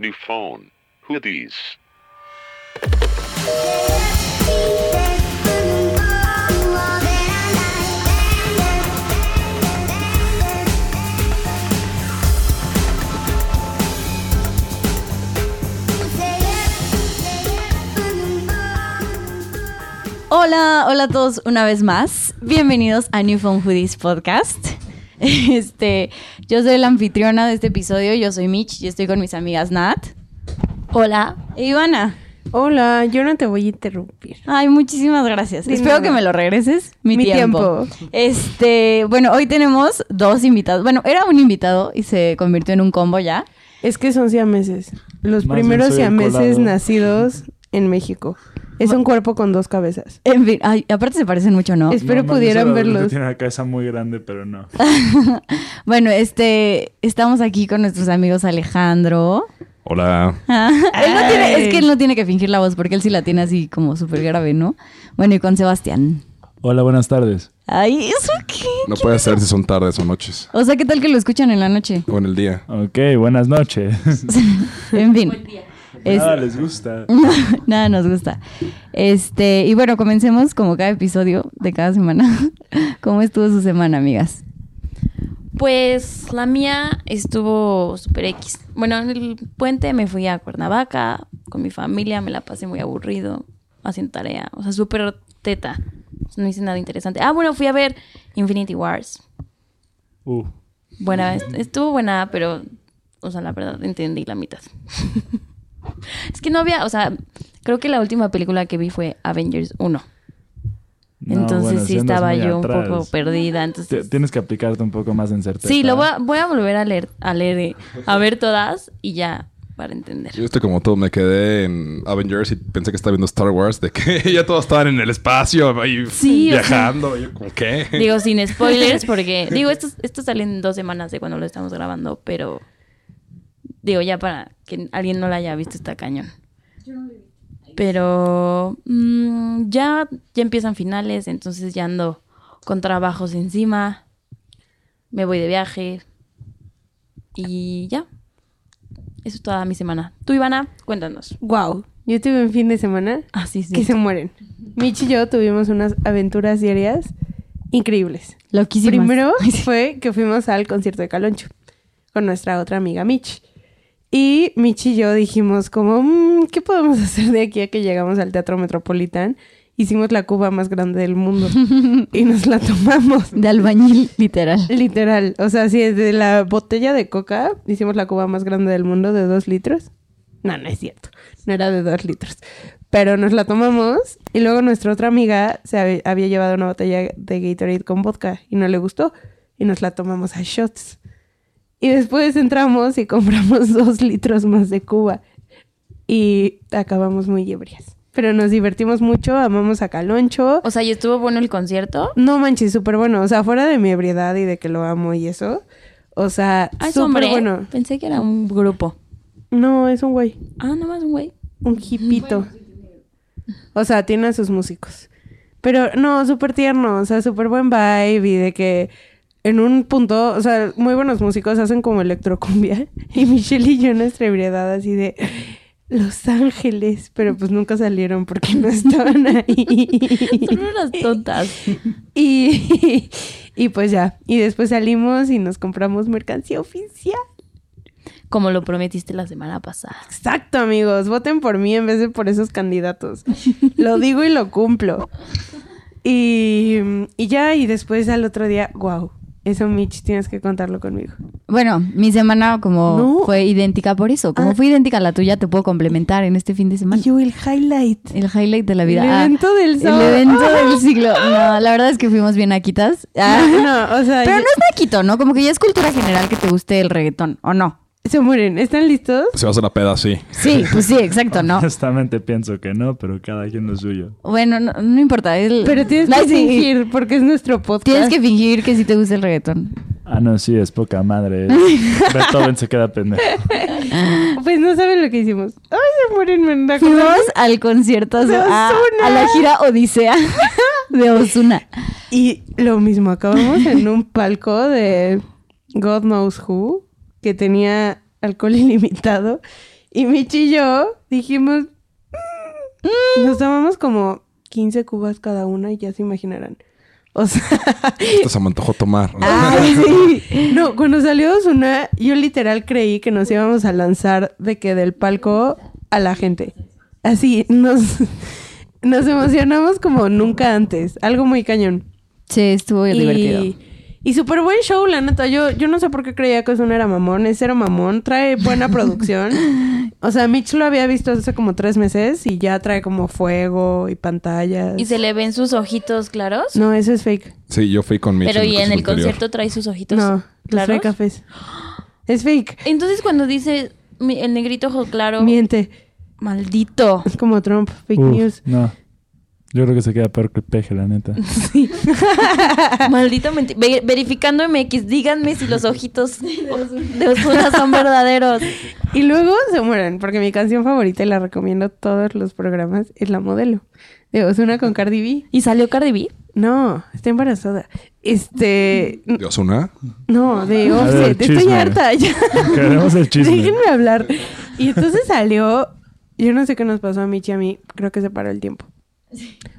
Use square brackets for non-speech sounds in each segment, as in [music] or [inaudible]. New phone. Who these? Hola, hola a todos una vez más. Bienvenidos a New Phone Hoodies Podcast. [laughs] Este, yo soy la anfitriona de este episodio, yo soy Mitch y estoy con mis amigas Nat Hola. e Ivana. Hola, yo no te voy a interrumpir. Ay, muchísimas gracias. De Espero nada. que me lo regreses. Mi, Mi tiempo. Este, bueno, hoy tenemos dos invitados. Bueno, era un invitado y se convirtió en un combo ya. Es que son siameses. Los Más bien primeros soy el siameses colado. nacidos en México. Es un cuerpo con dos cabezas. En fin, ay, aparte se parecen mucho, ¿no? Es- Espero No, más pudieran bien solo verlos. Tiene la cabeza muy grande, pero no. Bueno, este, estamos aquí con nuestros amigos Alejandro. Hola. Ah, él no tiene- Ay. es que él no tiene que fingir la voz porque él sí la tiene así como súper grave, ¿no? Bueno, y con Sebastián. Hola, buenas tardes. Ay, ¿eso qué? No puede ser si son tardes o noches. O sea, ¿qué tal que lo escuchan en la noche? O en el día. Ok, buenas noches. En fin. Es- [laughs] [laughs] Nada les [laughs] gusta. nada nos gusta. Este, y bueno, comencemos como cada episodio de cada semana. [laughs] ¿Cómo estuvo su semana, amigas? Pues la mía estuvo super X. Bueno, en el puente me fui a Cuernavaca con mi familia, me la pasé muy aburrido, haciendo tarea, o sea, súper teta. O sea, No hice nada interesante. Ah, bueno, fui a ver Infinity Wars. Uh, Buena, est- estuvo buena, pero, o sea, la verdad, entendí la mitad. [laughs] es que no había, o sea, creo que la última película que vi fue Avengers 1. no, Entonces bueno, sí si andas estaba muy yo un atrás. poco perdida. Te- Entonces, Tienes que aplicarte un poco más en certeza. Sí, lo voy a, voy a volver a leer, a leer, eh, a ver todas y ya para Yo entender. estoy como todo, me quedé en Avengers y pensé que estaba viendo Star Wars, de que [laughs] ya todos estaban en el espacio ahí Sí, o sea. viajando. Y yo como, ¿qué? Digo sin spoilers porque digo esto esto sale en dos semanas de cuando lo estamos grabando, pero digo ya para que alguien no la haya visto está cañón. Pero mm, ya ya empiezan finales, entonces ya ando con trabajos encima, me voy de viaje y ya. Eso es toda mi semana. Tú Ivana, cuéntanos. Wow. Yo tuve un fin de semana Ah, sí, sí. que se mueren. Mitch y yo tuvimos unas aventuras diarias increíbles. Loquísimas. Primero fue que fuimos al concierto de Caloncho con nuestra otra amiga Mitch. Y Mitch y yo dijimos como, "Mm, ¿qué podemos [laughs] hacer de aquí a que llegamos al Teatro Metropolitan? Hicimos la cuba más grande del mundo y nos la [laughs] tomamos. De albañil, literal. [laughs] Literal, o sea, si de la botella de coca hicimos la cuba más grande del mundo de dos litros. No, no es cierto, no era de dos litros. Pero nos la tomamos y luego nuestra otra amiga se hab- había llevado una botella de Gatorade con vodka y no le gustó y nos la tomamos a shots. Y después entramos y compramos [laughs] dos litros más de cuba y acabamos muy ebrias. Pero nos divertimos mucho, amamos a Caloncho. O sea, ¿y estuvo bueno el concierto? No manches, súper bueno. O sea, fuera de mi ebriedad y de que lo amo y eso. O sea, Ah, es súper hombre. bueno. Pensé que era un grupo. No, es un güey. Ah, nomás un güey. Un hipito. O sea, tiene a sus músicos. Pero no, súper tierno. O sea, súper buen vibe y de que en un punto, o sea, muy buenos músicos hacen como electrocumbia. [laughs] Y Michelle y yo en nuestra ebriedad así de... Los Ángeles, pero pues nunca salieron porque no [laughs] estaban ahí. Son unas tontas. Y, [laughs] y pues ya. Y después salimos y nos compramos mercancía oficial. Como lo prometiste la semana pasada. Exacto, amigos. Voten por mí en vez de por esos candidatos. Lo digo y lo cumplo. Y, y ya, y después al otro día, wow. Eso, Mitch, tienes que contarlo conmigo. Bueno, mi semana como No. fue idéntica por eso. Como Ah. fue idéntica a la tuya, te puedo complementar en este fin de semana. Y yo, el highlight. [laughs] El highlight de la vida. El Ah, evento del El sábado. [laughs] evento del siglo. No, la verdad es que fuimos bien naquitas. Ah. No, no, o sea, Pero no yo- es naquito, ¿no? Como que ya es cultura general que te guste el reggaetón, ¿o no? se mueren. ¿Están listos? Se va a hacer la peda así. Sí, [laughs] pues sí, [laughs] exacto, [laughs] ¿no? ¿eh? Honestamente pienso que no, pero cada quien lo suyo. Bueno, no, no importa. el- Pero tienes Ay, que sí, fingir porque es nuestro podcast. Tienes que fingir que sí te gusta el reggaetón. Ah, no, sí, es poca [laughs] madre. ¿eh? Beethoven se queda pendejo. Pues no saben lo que hicimos. Ay, se mueren, me acordé. Fuimos al concierto De a, Ozuna. a la gira Odisea [laughs] de Osuna. Y lo mismo, acabamos en un palco de God Knows Who, que tenía alcohol [laughs] ilimitado, Y Michi y yo dijimos, "Mm". nos tomamos como 15 cubas cada una y ya se imaginarán. O sea, [laughs] Esto se me antojó tomar. Ah. ay, sí. No, cuando salió Osuna, yo literal creí que nos íbamos a lanzar de que del palco a la gente. Así, nos, nos emocionamos como nunca antes. Algo muy cañón. Sí, estuvo divertido. Y súper buen show, la neta. Yo, yo no sé por qué creía que Ozuna era mamón. Es cero mamón. Trae buena [laughs] producción. O sea, Mitch lo había visto hace como tres meses y ya trae como fuego y pantallas. Y se le ven sus ojitos claros. No, eso es fake. Sí, yo fui con Mitch pero y en el anterior. concierto trae sus ojitos No, los claros. trae [gasps] cafés. Es fake. Entonces cuando dice mi- el negrito ojo claro, Miente. maldito. Es como Trump. Fake Uf, news. No. Yo creo que se queda peor que el peje, la neta. Sí. [laughs] Maldito menti- Ve- verificando MX, díganme si los ojitos de Osuna son verdaderos. Y luego se mueren, porque mi canción favorita y la recomiendo todos los programas es La Modelo. De Ozuna con Cardi B. ¿Y salió Cardi B? No, está embarazada. Este... ¿De Ozuna? No, de A ver, Offset. Estoy chisme. harta ya. Queremos el chisme. Déjenme hablar. Y entonces salió... Yo no sé qué nos pasó a Michi y a mí. Creo que se paró el tiempo.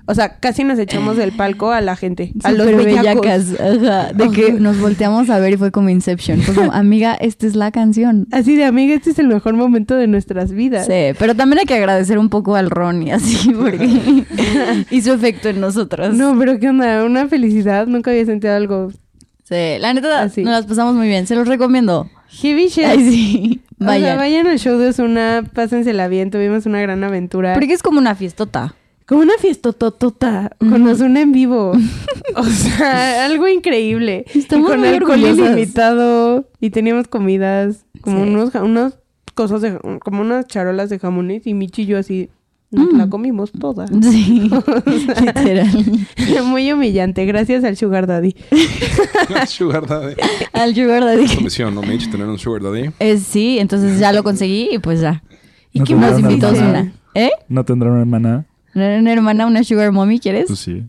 O sea, casi nos echamos del palco a la gente. A los Súper bellacos. Ajá, de que nos volteamos a ver y fue como Inception. Fue como, amiga, esta es la canción. Así de, amiga, este es el mejor momento de nuestras vidas. Sí, pero también hay que agradecer un poco al Ron y [laughs] así, [laughs] porque hizo efecto en nosotros. No, pero qué onda. Una felicidad. Nunca había sentido algo... Ah, Sí, la neta, Así. nos las pasamos muy bien. Se los recomiendo. Heavy shit. Ay, [laughs] sí. Vayan. O sea, [laughs] Vayan. vayan al show de Osuna, pásensela bien, tuvimos una gran aventura. Porque es como una fiestota. Como una fiestototota con Osuna [laughs] en vivo. o sea, algo increíble. Estamos y con muy alcohol orgullosas. ilimitado y teníamos comidas, como Sí. unos ja- unas cosas de ja- como unas charolas de jamones y Michi y yo así nos Mm. la comimos toda. [laughs] [laughs] Sí, O sea, literal. Muy humillante, gracias al Sugar Daddy. [laughs] Sugar Daddy. Al Sugar Daddy. Tu misión, ¿no, Mitch? Tener un Sugar Daddy. Eh, sí, entonces ya lo conseguí y pues ya. ¿Y No qué te más Nos una invitó hiciste? hermana. una. ¿Eh? ¿No tendrá una hermana? ¿Una, una hermana, una sugar mommy, quieres? Pues sí.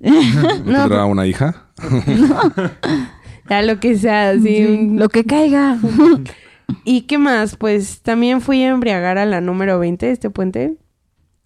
¿No tendrá una hija? Ya lo que sea, así un- Lo que caiga. [laughs] ¿Y qué más? Pues también fui a embriagar a la número 20, este puente.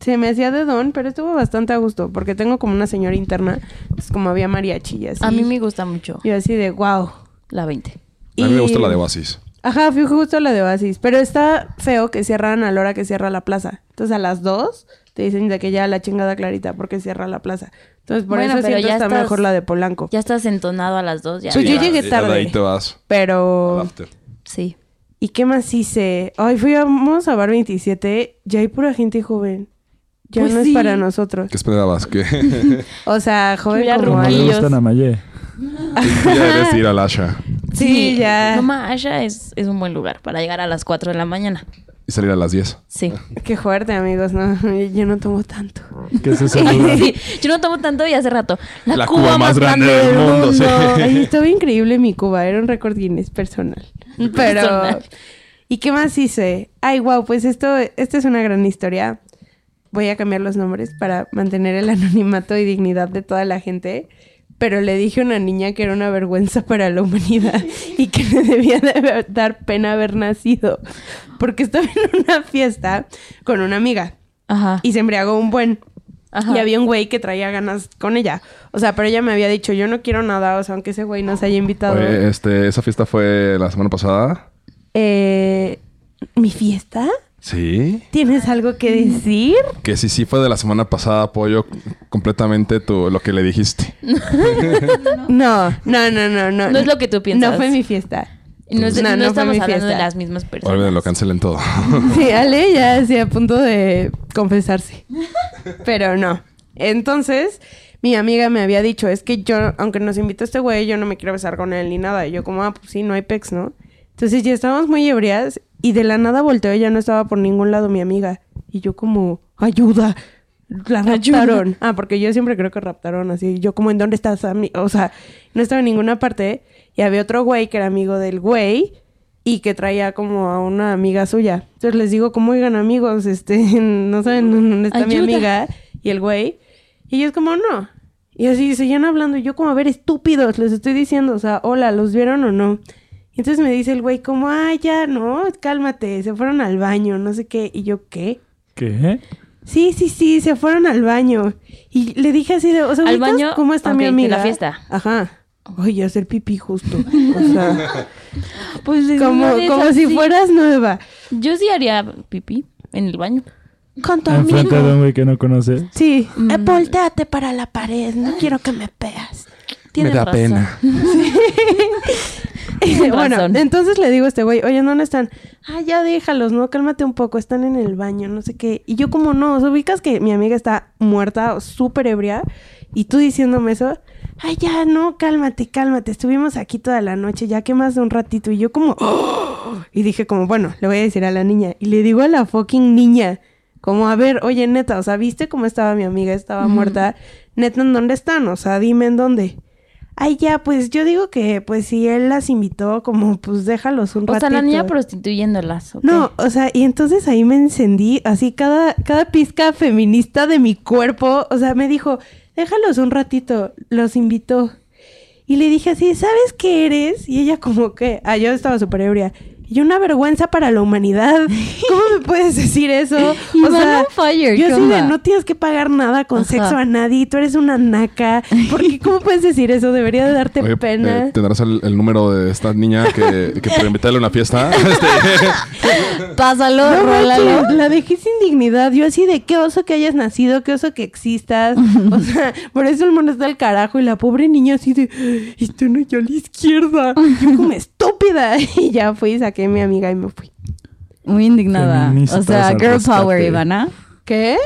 Se me hacía de don, pero estuvo bastante a gusto, porque tengo como una señora interna, pues como había mariachi y así. A mí me gusta mucho Yo así de, wow. la 20. A mí me gusta la de Oasis. Ajá, fui justo a la de Oasis, pero está feo que cierran a la hora que cierra la plaza. Entonces a las 2 te dicen de que ya la chingada clarita porque cierra la plaza. Entonces por Bueno, eso pero siento ya está estás- mejor la de Polanco. Ya estás entonado a las dos, ya. Sí, Pues yo ya, llegué ya tarde. de ahí te vas. Oh. al Pero... after. Sí. ¿Y qué más hice? Ay, fuimos a Bar 27. Ya hay pura gente joven. Ya Pues no sí. es para nosotros. ¿Qué esperabas? [laughs] ¿Qué? [laughs] Que O sea, joven Mira, como Como le Rubillos. algo. gustan a Mayé. ya debes ir al Asha Sí, ya. No, ma, Asha es, es un buen lugar para llegar a las 4 de la mañana. y salir a las 10. Sí. Qué fuerte, amigos. No, [laughs] yo no tomo tanto. ¿Qué es ese lugar? [laughs] Sí, Yo no tomo tanto y hace rato. Ah. La, La cuba, más grande, del mundo. sí. [laughs] Ay, estaba increíble mi Cuba. Era un récord Guinness personal. Pero... Personal. ¿Y qué más hice? Ay, wow, pues esto, esta es una gran historia. Voy a cambiar los nombres para mantener el anonimato y dignidad de toda la gente. Pero le dije a una niña que era una vergüenza para la humanidad y que le debía de haber- dar pena haber nacido. Porque estaba en una fiesta con una amiga Ajá. y se embriagó un buen. Ajá. Y había un güey que traía ganas con ella. O sea, pero ella me había dicho, yo no quiero nada, o sea, aunque ese güey nos haya invitado. Oye, este, esa fiesta fue la semana pasada. Eh, ¿Mi fiesta? Sí. ¿Tienes algo que decir? Que sí, sí fue de la semana pasada, apoyo completamente tu, lo que le dijiste. No, no, no, no, no. No es lo que tú piensas. No fue mi fiesta. Y no, es- No, no no fue estamos mi hablando de fiesta. las mismas personas. Olvídalo, cancelen todo. Sí, Ale ya así a punto de confesarse. Pero no. Entonces, mi amiga me había dicho, es que yo, aunque nos invitó este güey, yo no me quiero besar con él ni nada. Y yo como, ah, pues sí, no hay pex, ¿no? Entonces ya estábamos muy ebrias y de la nada volteó y ya no estaba por ningún lado mi amiga. Y yo como, ayuda. La raptaron. Ah, porque yo siempre creo que raptaron así. Yo como, ¿en dónde estás? ami-?" O sea, no estaba en ninguna parte. Y había otro güey que era amigo del güey y que traía como a una amiga suya. Entonces les digo, como oigan amigos, este, [laughs] no saben dónde está mi Ayuda. amiga y el güey. Y ellos como, no. Y así seguían hablando. Y yo como, a ver, estúpidos, les estoy diciendo, o sea, hola, ¿los vieron o no? Y entonces me dice el güey como, ay, ya, no, cálmate, se fueron al baño, no sé qué. Y yo, ¿qué? ¿Qué? Sí, sí, sí, se fueron al baño. Y le dije así de, o sea, Al ¿ubicas baño, ¿cómo está mi ok, de amiga? la fiesta. Ajá. Ay, hacer pipí [laughs] justo. O sea, Pues en como, una de como esas si sí. fueras nueva. Yo sí haría pipí en el baño. Con tu Enfrente de amigo. un güey que no conoces. Sí. Eh, Mm. volteate para la pared, no quiero que me pegas. Me Tienes da razón. pena. [laughs] Con bueno, razón. entonces le digo a este güey, oye, ¿no no están? Ah, ya déjalos, ¿no? Cálmate un poco, están en el baño, no sé qué. Y yo como, no, o sea, ubicas que mi amiga está muerta, o súper ebria, y tú diciéndome eso, ay, ya, no, cálmate, cálmate, estuvimos aquí toda la noche, ya que más de un ratito, y yo como, "Oh". y dije como, bueno, le voy a decir a la niña, y le digo a la fucking niña, como, a ver, oye, neta, o sea, ¿viste cómo estaba mi amiga? Estaba muerta. Neta, ¿en dónde están? O sea, dime en dónde. Ay, ya, pues yo digo que, pues si él las invitó, como, pues déjalos un O ratito. sea, la niña prostituyéndolas. ¿ok? No, o sea, y entonces ahí me encendí, así cada, cada pizca feminista de mi cuerpo, o sea, me dijo, déjalos un ratito, los invitó. Y le dije así, ¿sabes qué eres? Y ella como que, ah, yo estaba súper ebria. Y una vergüenza para la humanidad. ¿Cómo me puedes [laughs] decir eso? Y van on fire, yo ¿qué así de, onda? no tienes que pagar nada con Ajá. sexo a nadie. Tú eres una naca. ¿Por qué? ¿Cómo puedes decir eso? Debería de darte Oye, pena. eh, ¿Tendrás el, el número de esta niña que, que para invitarle a una fiesta? [laughs] Este, Pásalo, No rólalo. manches, la dejé sin dignidad. Yo así de qué oso que hayas nacido, qué oso que [laughs] existas. O sea, por eso el mundo está al carajo. Y la pobre niña así de, y tú no, yo a la izquierda. Yo [laughs] como estúpida. Y ya fui, saqué a mi amiga y me fui. Muy indignada. Feministas o sea, al girl power, rescate. Ivana. ¿Qué?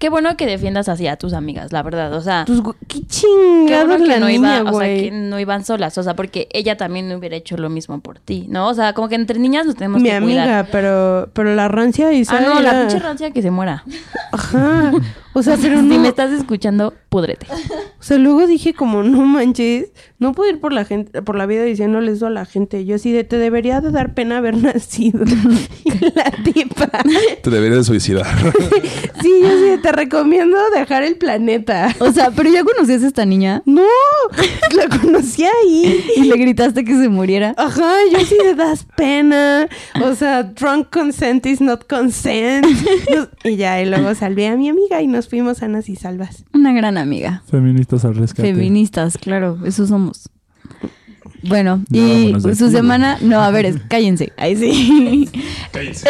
Qué bueno que defiendas así a tus amigas, la verdad. O sea, Pues, güey, qué qué chingados bueno que la no, niña, iba- o sea, que güey. no iban solas. O sea, porque ella también hubiera hecho lo mismo por ti, ¿no? O sea, como que entre niñas nos tenemos mi que cuidar. amiga, pero, pero la rancia y Ah, no, la pinche rancia que se muera. Ajá. [laughs] O sea, pero [laughs] si no. me estás escuchando, [laughs] púdrete. O sea, luego dije como, no manches, no puedo ir por la gente, por la vida diciéndole eso a la gente. Yo así de, te debería de dar pena haber [laughs] nacido. y la tipa. te debería de suicidar. sí, yo sí, te recomiendo dejar el planeta. O sea, pero ya conocías a esta niña No, la conocí ahí. y le gritaste que se muriera. Ajá, yo sí de das pena. O sea, drunk consent is not consent. Y ya, y luego salvé a mi amiga y nos fuimos sanas y salvas. Una gran amiga. Feministas al rescate. Feministas, claro, eso somos. Bueno, Ya y vámonos de su aquí. semana, no, a ver, es- cállense, ahí sí.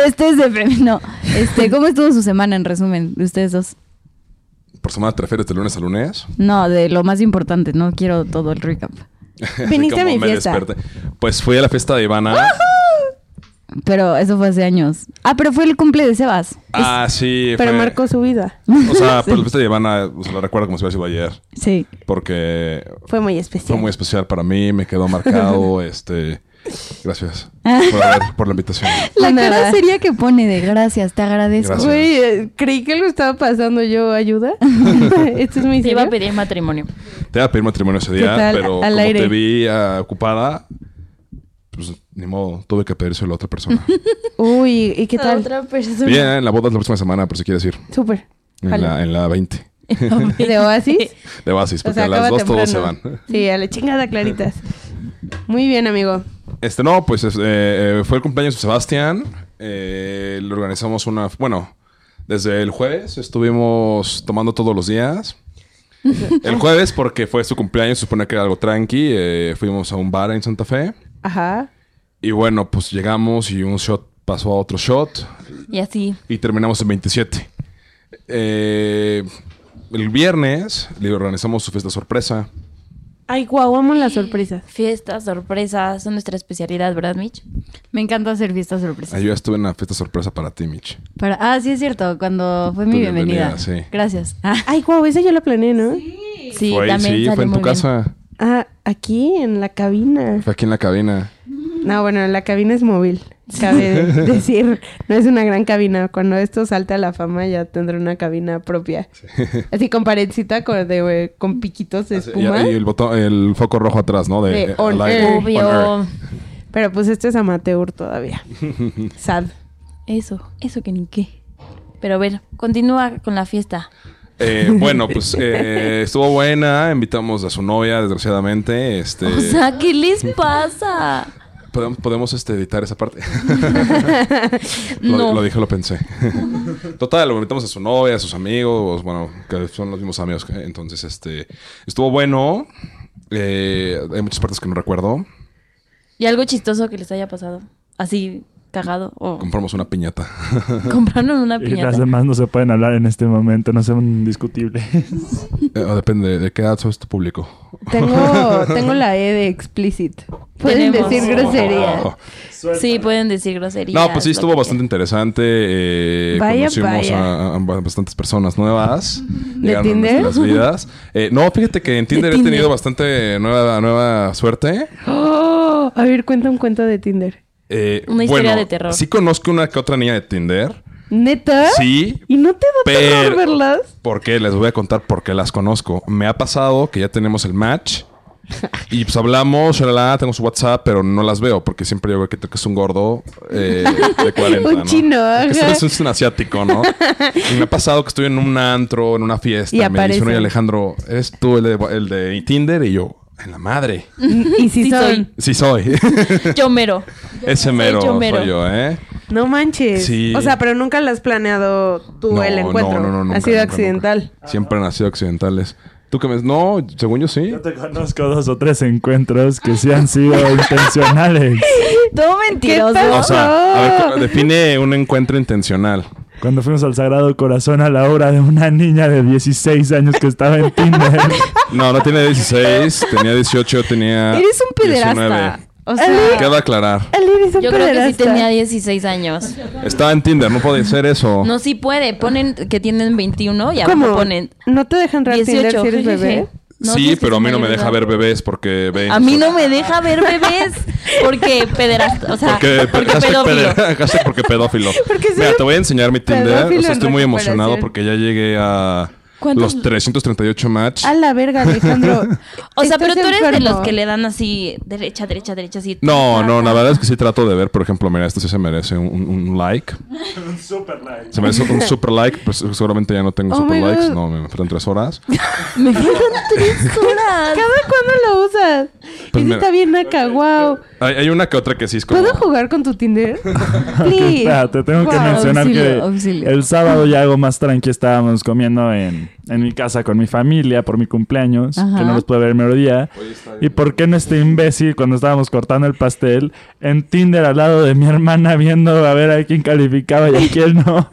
Este es de fem- no, este, ¿cómo estuvo su semana en resumen de ustedes dos? Por semana te refieres de lunes a lunes. No, de lo más importante, no quiero todo el recap. Viniste a Como mi me fiesta. desperté. Pues fui a la fiesta de Ivana. Pero eso fue hace años. Ah, pero fue el cumple de Sebas. Ah, sí. Pero fue- marcó su vida. O sea, pero la fiesta de Ivana, o sea, la recuerdo como si hubiera sido ayer. Sí. Porque Fue muy especial. fue muy especial para mí, me quedó [laughs] marcado. este, Gracias por, haber- por la invitación. La Nada. cara sería que pone de gracias, te agradezco. Gracias. Güey, eh, creí que algo estaba pasando yo. ¿Ayuda? Esto es muy Te iba a serio. pedir matrimonio. Te iba a pedir matrimonio ese día, ¿Qué tal? pero Al como aire. te vi ah, ocupada, pues ni modo, tuve que pedírselo a [laughs] otra persona. Uy, ¿y qué tal? Otra persona. Bien, la boda es la próxima semana, por si quieres ir. [laughs] Súper. En Jalo. la, en la 20 ¿De Oasis? de Basis, O porque sea, a las acaba dos todos se temprano. van. Sí, a la chingada, [laughs] claritas. Muy bien, amigo. Este, no, pues es- eh, eh, fue el cumpleaños de Sebastián. Eh, le organizamos una. Bueno, desde el jueves estuvimos tomando todos los días. [laughs] El jueves, porque fue su cumpleaños, se supone que era algo tranqui. eh, fuimos a un bar en Santa Fe. Ajá. Y bueno, pues llegamos y un shot pasó a otro shot. Y así. Y terminamos en 27. Eh, el viernes le organizamos su fiesta sorpresa. Ay, guau, amo las sorpresas. Fiestas, sorpresas, son nuestra especialidad, ¿verdad, Mitch? Me encanta hacer fiestas sorpresas. Ahí yo estuve en la fiesta sorpresa para ti, Mitch. Para- ah, sí es cierto, cuando fue mi Tu bienvenida. bienvenida, sí. Gracias. Ah, Ay, guau, esa yo la planeé, ¿no? Sí, fue ahí, sí, salió fue en muy tu bien. casa. Ah, aquí, en la cabina. Fue aquí en la cabina. No, bueno, la cabina es móvil. Cabe [laughs] decir, no es una gran cabina. Cuando esto salte a la fama ya tendré una cabina propia. Así con paredcita con, de, eh, con piquitos de Y, espuma. y el botón, el foco rojo atrás, ¿no? De De, eh, on al aire. air. On Obvio. air. Pero pues esto es amateur [laughs] todavía. Sad. Eso, eso que ni qué. Pero a ver, continúa con la fiesta. Eh, bueno, pues eh, estuvo buena. Invitamos a su novia, desgraciadamente. Este, O sea, ¿qué les pasa? Podemos, podemos, este, editar [laughs] esa parte. [laughs] No. lo, lo dije, lo pensé. Total, lo invitamos a su novia, a sus amigos, bueno, que son los mismos amigos. que- Entonces, este, estuvo bueno. Eh, hay muchas partes que no recuerdo. Y algo chistoso que les haya pasado. Así, cagado. O Compramos una piñata. [laughs] compraron una Y las piñata. demás no se pueden hablar en este momento, no son discutibles. [laughs] Eh, depende de qué edad sos tu público. Tengo, tengo la E de explicit. Pueden Tenemos. decir grosería. Oh. Sí, pueden decir groserías. No, pues sí, lo estuvo que bastante interesante. eh, Vaya, conocimos vaya. A, a- a bastantes personas nuevas. Llegaron a Tinder? nuestras vidas. Eh, no, fíjate que en Tinder he Tinder. tenido bastante nueva, nueva suerte. Oh, a ver, cuenta un cuento de Tinder. Eh, Una historia bueno, de terror. ¿Eh? Sí conozco una que otra niña de Tinder. ¿Neta? Sí. ¿Y no te va a terror Pero- verlas? Porque les voy a contar por qué las conozco. Me ha pasado que ya tenemos el match. Y pues hablamos, shalala, tengo su WhatsApp, pero no las veo porque siempre yo veo que que es un gordo eh, de [laughs] 40. Un ¿no? chino, Que ajá. Es, es un asiático, ¿no? Y me ha pasado que estoy en un antro, en una fiesta. Y Y me dice aparecen. uno, "Oye, Alejandro, ¿eres tú el de, el de Tinder? Y yo, en la madre. Y si [laughs] Sí son. soy. Sí, soy. [laughs] [laughs] Yo mero. Ese mero yo soy mero. yo, ¿eh? No manches. Sí. O sea, pero nunca la has planeado tú No, el no, encuentro. no, no, nunca, ha sido nunca, accidental. nunca. Siempre han sido accidentales. ¿Tú qué me.? No, según yo sí. Yo te conozco dos o tres encuentros que sí han [laughs] sido intencionales. Todo mentiroso. tal? O sea, a ver, ¿cómo- define un encuentro intencional. Cuando fuimos al Sagrado Corazón a la obra de una niña de 16 años que estaba en [laughs] Tinder. No, no tiene 16, tenía 18, tenía. Eres un pederasta. 19. O Queda sea, aclarar. Ale, eres un Yo creo que sí pederasta. tenía 16 años. Estaba en Tinder, no podía ser eso. No, sí puede. Ponen que tienen 21 y abajo ¿Cómo? ponen ¿No te dejan entrar a Tinder 18. si eres bebé? No, sí, tienes que pero a ser mí no me mayor de deja edad. ver bebés porque. ve- A mí no me deja ver bebés [laughs] porque pederasta, o sea, Porque, porque, hashtag pedófilo. peder- [laughs] hashtag porque [laughs] pedófilo. Porque soy Mira, un te voy a enseñar mi Tinder. pedófilo O sea, estoy en muy emocionado recuperación. porque ya llegué a ¿Cuántos- los 338 match. A la verga, Alejandro. O sea, pero Estás tú eres de enfermo. los que le dan así derecha, derecha, derecha, así. No, no, la verdad es que sí trato de ver, por ejemplo, mira, esto sí se merece un, un- un like. Se merece un super like, pues seguramente ya no tengo Oh super my likes, God. no, me faltan tres [laughs] horas. Me faltan [laughs] tres horas. ¿Cada cuándo lo usas? Pues Ese mira. está bien acá, wow. Hay, hay una que otra que sí es como... ¿Puedo jugar con tu [laughs] Tinder? Please. Espera, Ah, te tengo que Wow. mencionar auxilio, que auxilio. el sábado ya algo más tranqui estábamos comiendo en, en mi casa con mi familia por mi cumpleaños, Ajá. que no los pude ver el mero día. ¿Y por qué no este imbécil cuando estábamos cortando el pastel en Tinder al lado de mi hermana viendo a ver a quién calificaba y a quién [laughs] no?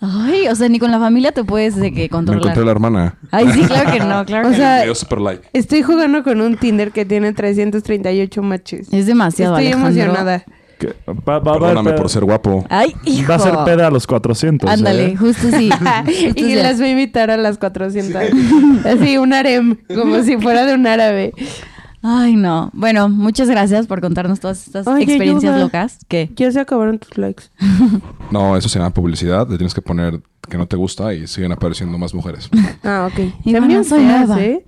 ay, o sea, ni con la familia te puedes de que Me controlar. encontré a la hermana. Ay, sí, claro que [laughs] no, claro O que no. sea, Me dio super like. estoy jugando con un Tinder que tiene 338 matches. Es demasiado, Estoy Alejandro. emocionada. Que va- va- va a haber Perdóname peda- por ser guapo. Ah. Ay, hijo. Va a ser peda a los 400. ¿eh? Ándale, justo [laughs] sí. Justo y sí. las voy a invitar a las 400. Así, un harem, como si fuera de un árabe. Ay, no. Bueno, muchas gracias por contarnos todas estas Oye, experiencias Yuga. locas. ¿Qué? [laughs] Ya se acabaron tus likes. No, eso se llama publicidad. Le tienes que poner que no te gusta y siguen apareciendo [laughs] más mujeres. Ah, ok. Y bueno, soy nueva. ¿eh?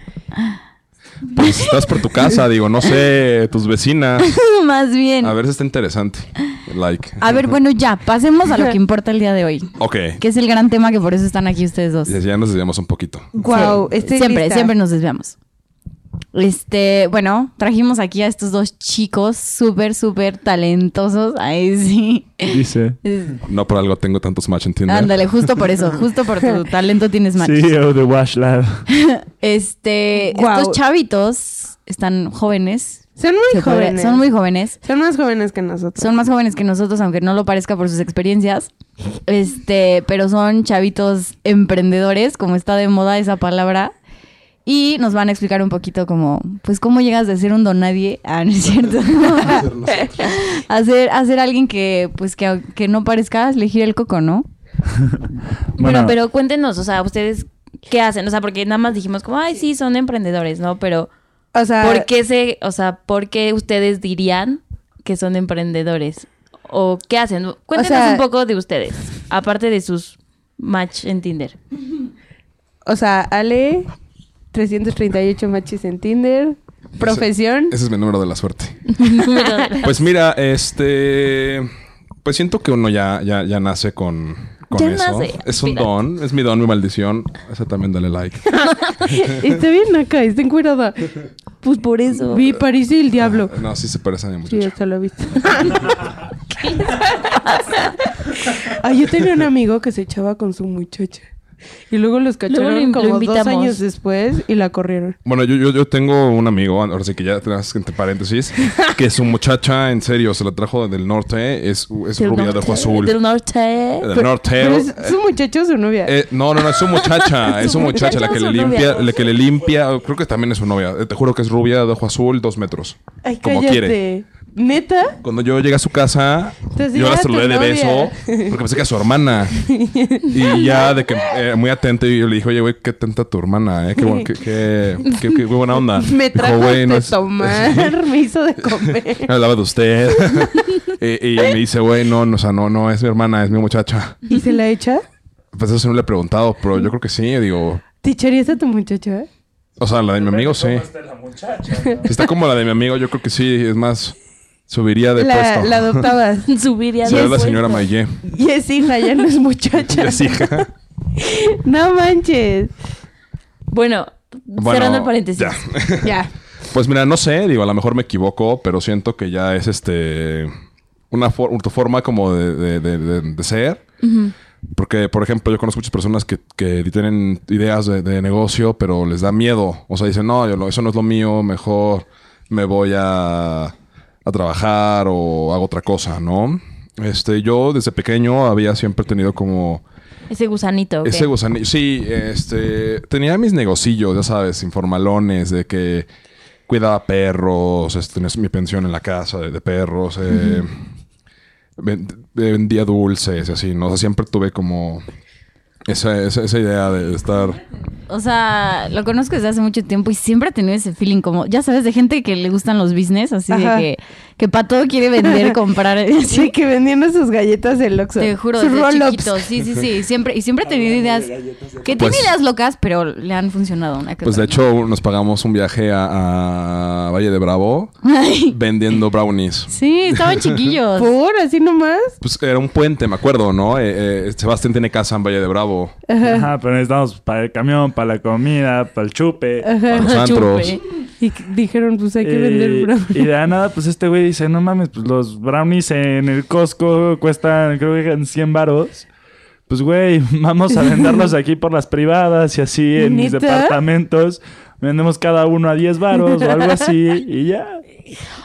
Pues estás por tu casa, digo, no sé, tus vecinas. Más bien. A ver si está interesante. Like. A ver, bueno, ya, pasemos a [laughs] lo que importa el día de hoy. Ok. Que es el gran tema que por eso están aquí ustedes dos. Ya nos desviamos un poquito. Wow, Sí, siempre, siempre nos desviamos. Este, bueno, trajimos aquí a estos dos chicos súper, súper talentosos. Ahí sí. [laughs] Dice. Es- No por algo tengo tantos match en Tinder. Ándale, justo por eso, justo por [laughs] tu talento tienes matches. CEO de oh, Wash Lab. Este, Guau. estos chavitos están jóvenes. Son muy se podría- jóvenes. son muy jóvenes. Son más jóvenes que nosotros. Son más jóvenes que nosotros, aunque no lo parezca por sus experiencias. Este, pero son chavitos emprendedores, como está de moda esa palabra. Y nos van a explicar un poquito como, pues, cómo llegas de ser un don nadie a, ¿no es cierto? [laughs] a, ser, a ser alguien que, pues, que, que no parezcas elegir el coco, ¿no? Bueno, Bueno. pero cuéntenos, o sea, ustedes qué hacen, o sea, porque nada más dijimos como, ay, sí, son emprendedores, ¿no? Pero O sea, ¿por qué se, o sea, por qué ustedes dirían que son emprendedores? ¿O qué hacen? Cuéntenos sea- un poco de ustedes, aparte de sus match en Tinder. [laughs] o sea, Ale, 338 matches en [laughs] Tinder, profesión. Ese es mi número de la suerte. Pero- Pues mira, este. Pues siento que uno ya, ya, ya nace con, con Ya no eso. sé, Es un pirata. don, es mi don, mi maldición. Esa también dale [laughs] like. Está bien acá, está encuerada. Pues por eso. Vi París y el Diablo. No, sí se parece a mi Sí, muchacho. hasta lo he [laughs] visto. Ah, yo tenía un amigo que se echaba con su muchacha. Y luego los cacharon Luego lo in- lo como dos invitamos. años después y la corrieron. Bueno, yo, yo, yo tengo un amigo, ahora sí que ya tenés entre [laughs] paréntesis, que su muchacha, en serio, se la trajo del norte, es, es Del rubia de norte, ojo azul. Del norte. Del Pero- norte. ¿Pero es eh, su muchacho o su novia? Eh, no, no, no, es su [laughs] muchacha, es su Su muchacha, la muchacha que o le su limpia, novia. la que le limpia, creo que también es su novia, Eh, te juro que es rubia, de ojo azul, dos metros. Ay, como cállate. quiere. ¿Neta? Cuando yo llegué a su casa, Entonces, ya yo la era tu saludé de beso, novia. porque pensé que era su hermana. Y ya de que eh, muy atento, y yo le dije, oye, güey, qué atenta tu hermana, eh, qué, bu- qué, qué, qué- qué buena onda. [laughs] Me Ah, Dijo, trajo "Güey, no de es- [laughs] tomar, me hizo de comer. Me hablaba de usted. [laughs] y, y me dice, güey, no, no, o sea, no, no, es mi hermana, es mi muchacha. ¿Y se la echa? Pues eso no le he preguntado, pero yo creo que sí, digo. ¿Te echarías a tu muchacha? O sea, la de mi amigo, sí. Si está como la de mi amigo, yo creo que sí. Es más, subiría de La, puesto. [laughs] la adoptabas. Subiría Será la después. señora Mayé. Y es hija, ya no es muchacha. [laughs] Es hija. [laughs] No manches. Bueno, Bueno, cerrando el paréntesis. ya. Ya. Pues mira, no sé, digo, a lo mejor me equivoco, pero siento que ya es este. Una, for- una forma como de, de- de- de- de ser. Porque, por ejemplo, yo conozco muchas personas que, que tienen ideas de, de negocio, pero les da miedo. O sea, dicen, no, yo no- eso no es lo mío, mejor me voy a, a trabajar o hago otra cosa, ¿no? Este, yo desde pequeño había siempre tenido como Ese gusanito. ok. ese gusanillo. Sí, este. Tenía mis negocillos, ya sabes, informalones, de que cuidaba perros, este, tenía mi pensión en la casa de, de perros, eh, ven- eh, vendía dulces y así, ¿no? O sea, siempre tuve como esa, esa, esa idea de estar. O sea, lo conozco desde hace mucho tiempo y siempre he tenido ese feeling como, ya sabes, de gente que le gustan los business, así Ajá. de que, que para todo quiere vender, comprar. [laughs] Sí, Así. que vendiendo sus galletas del Oxxo. Te juro, Sus desde roll-ups. chiquito. Sí, sí, sí. Siempre, y siempre he tenido ideas que tienen Pues- ideas locas, pero le han funcionado una que Pues de otra. hecho, nos pagamos un viaje a, a Valle de Bravo Ay, vendiendo brownies. sí, [laughs] estaban chiquillos. ¿Por? ¿Así nomás? Pues era un puente, me acuerdo, ¿no? Eh, eh, Sebastián tiene casa en Valle de Bravo. Ajá, pero necesitamos para el camión, para la comida, para [laughs] el chupe. Para los antros. Chupe. Y que- dijeron, pues hay que Y- vender brownies. Eh, Y de la nada, pues este güey dice, no mames, pues los brownies en el Costco cuestan, creo que eran 100 varos. Pues güey, [laughs] vamos a venderlos aquí por las privadas y así en mis ¿Neta? departamentos. Vendemos cada uno a 10 varos o algo así y ya.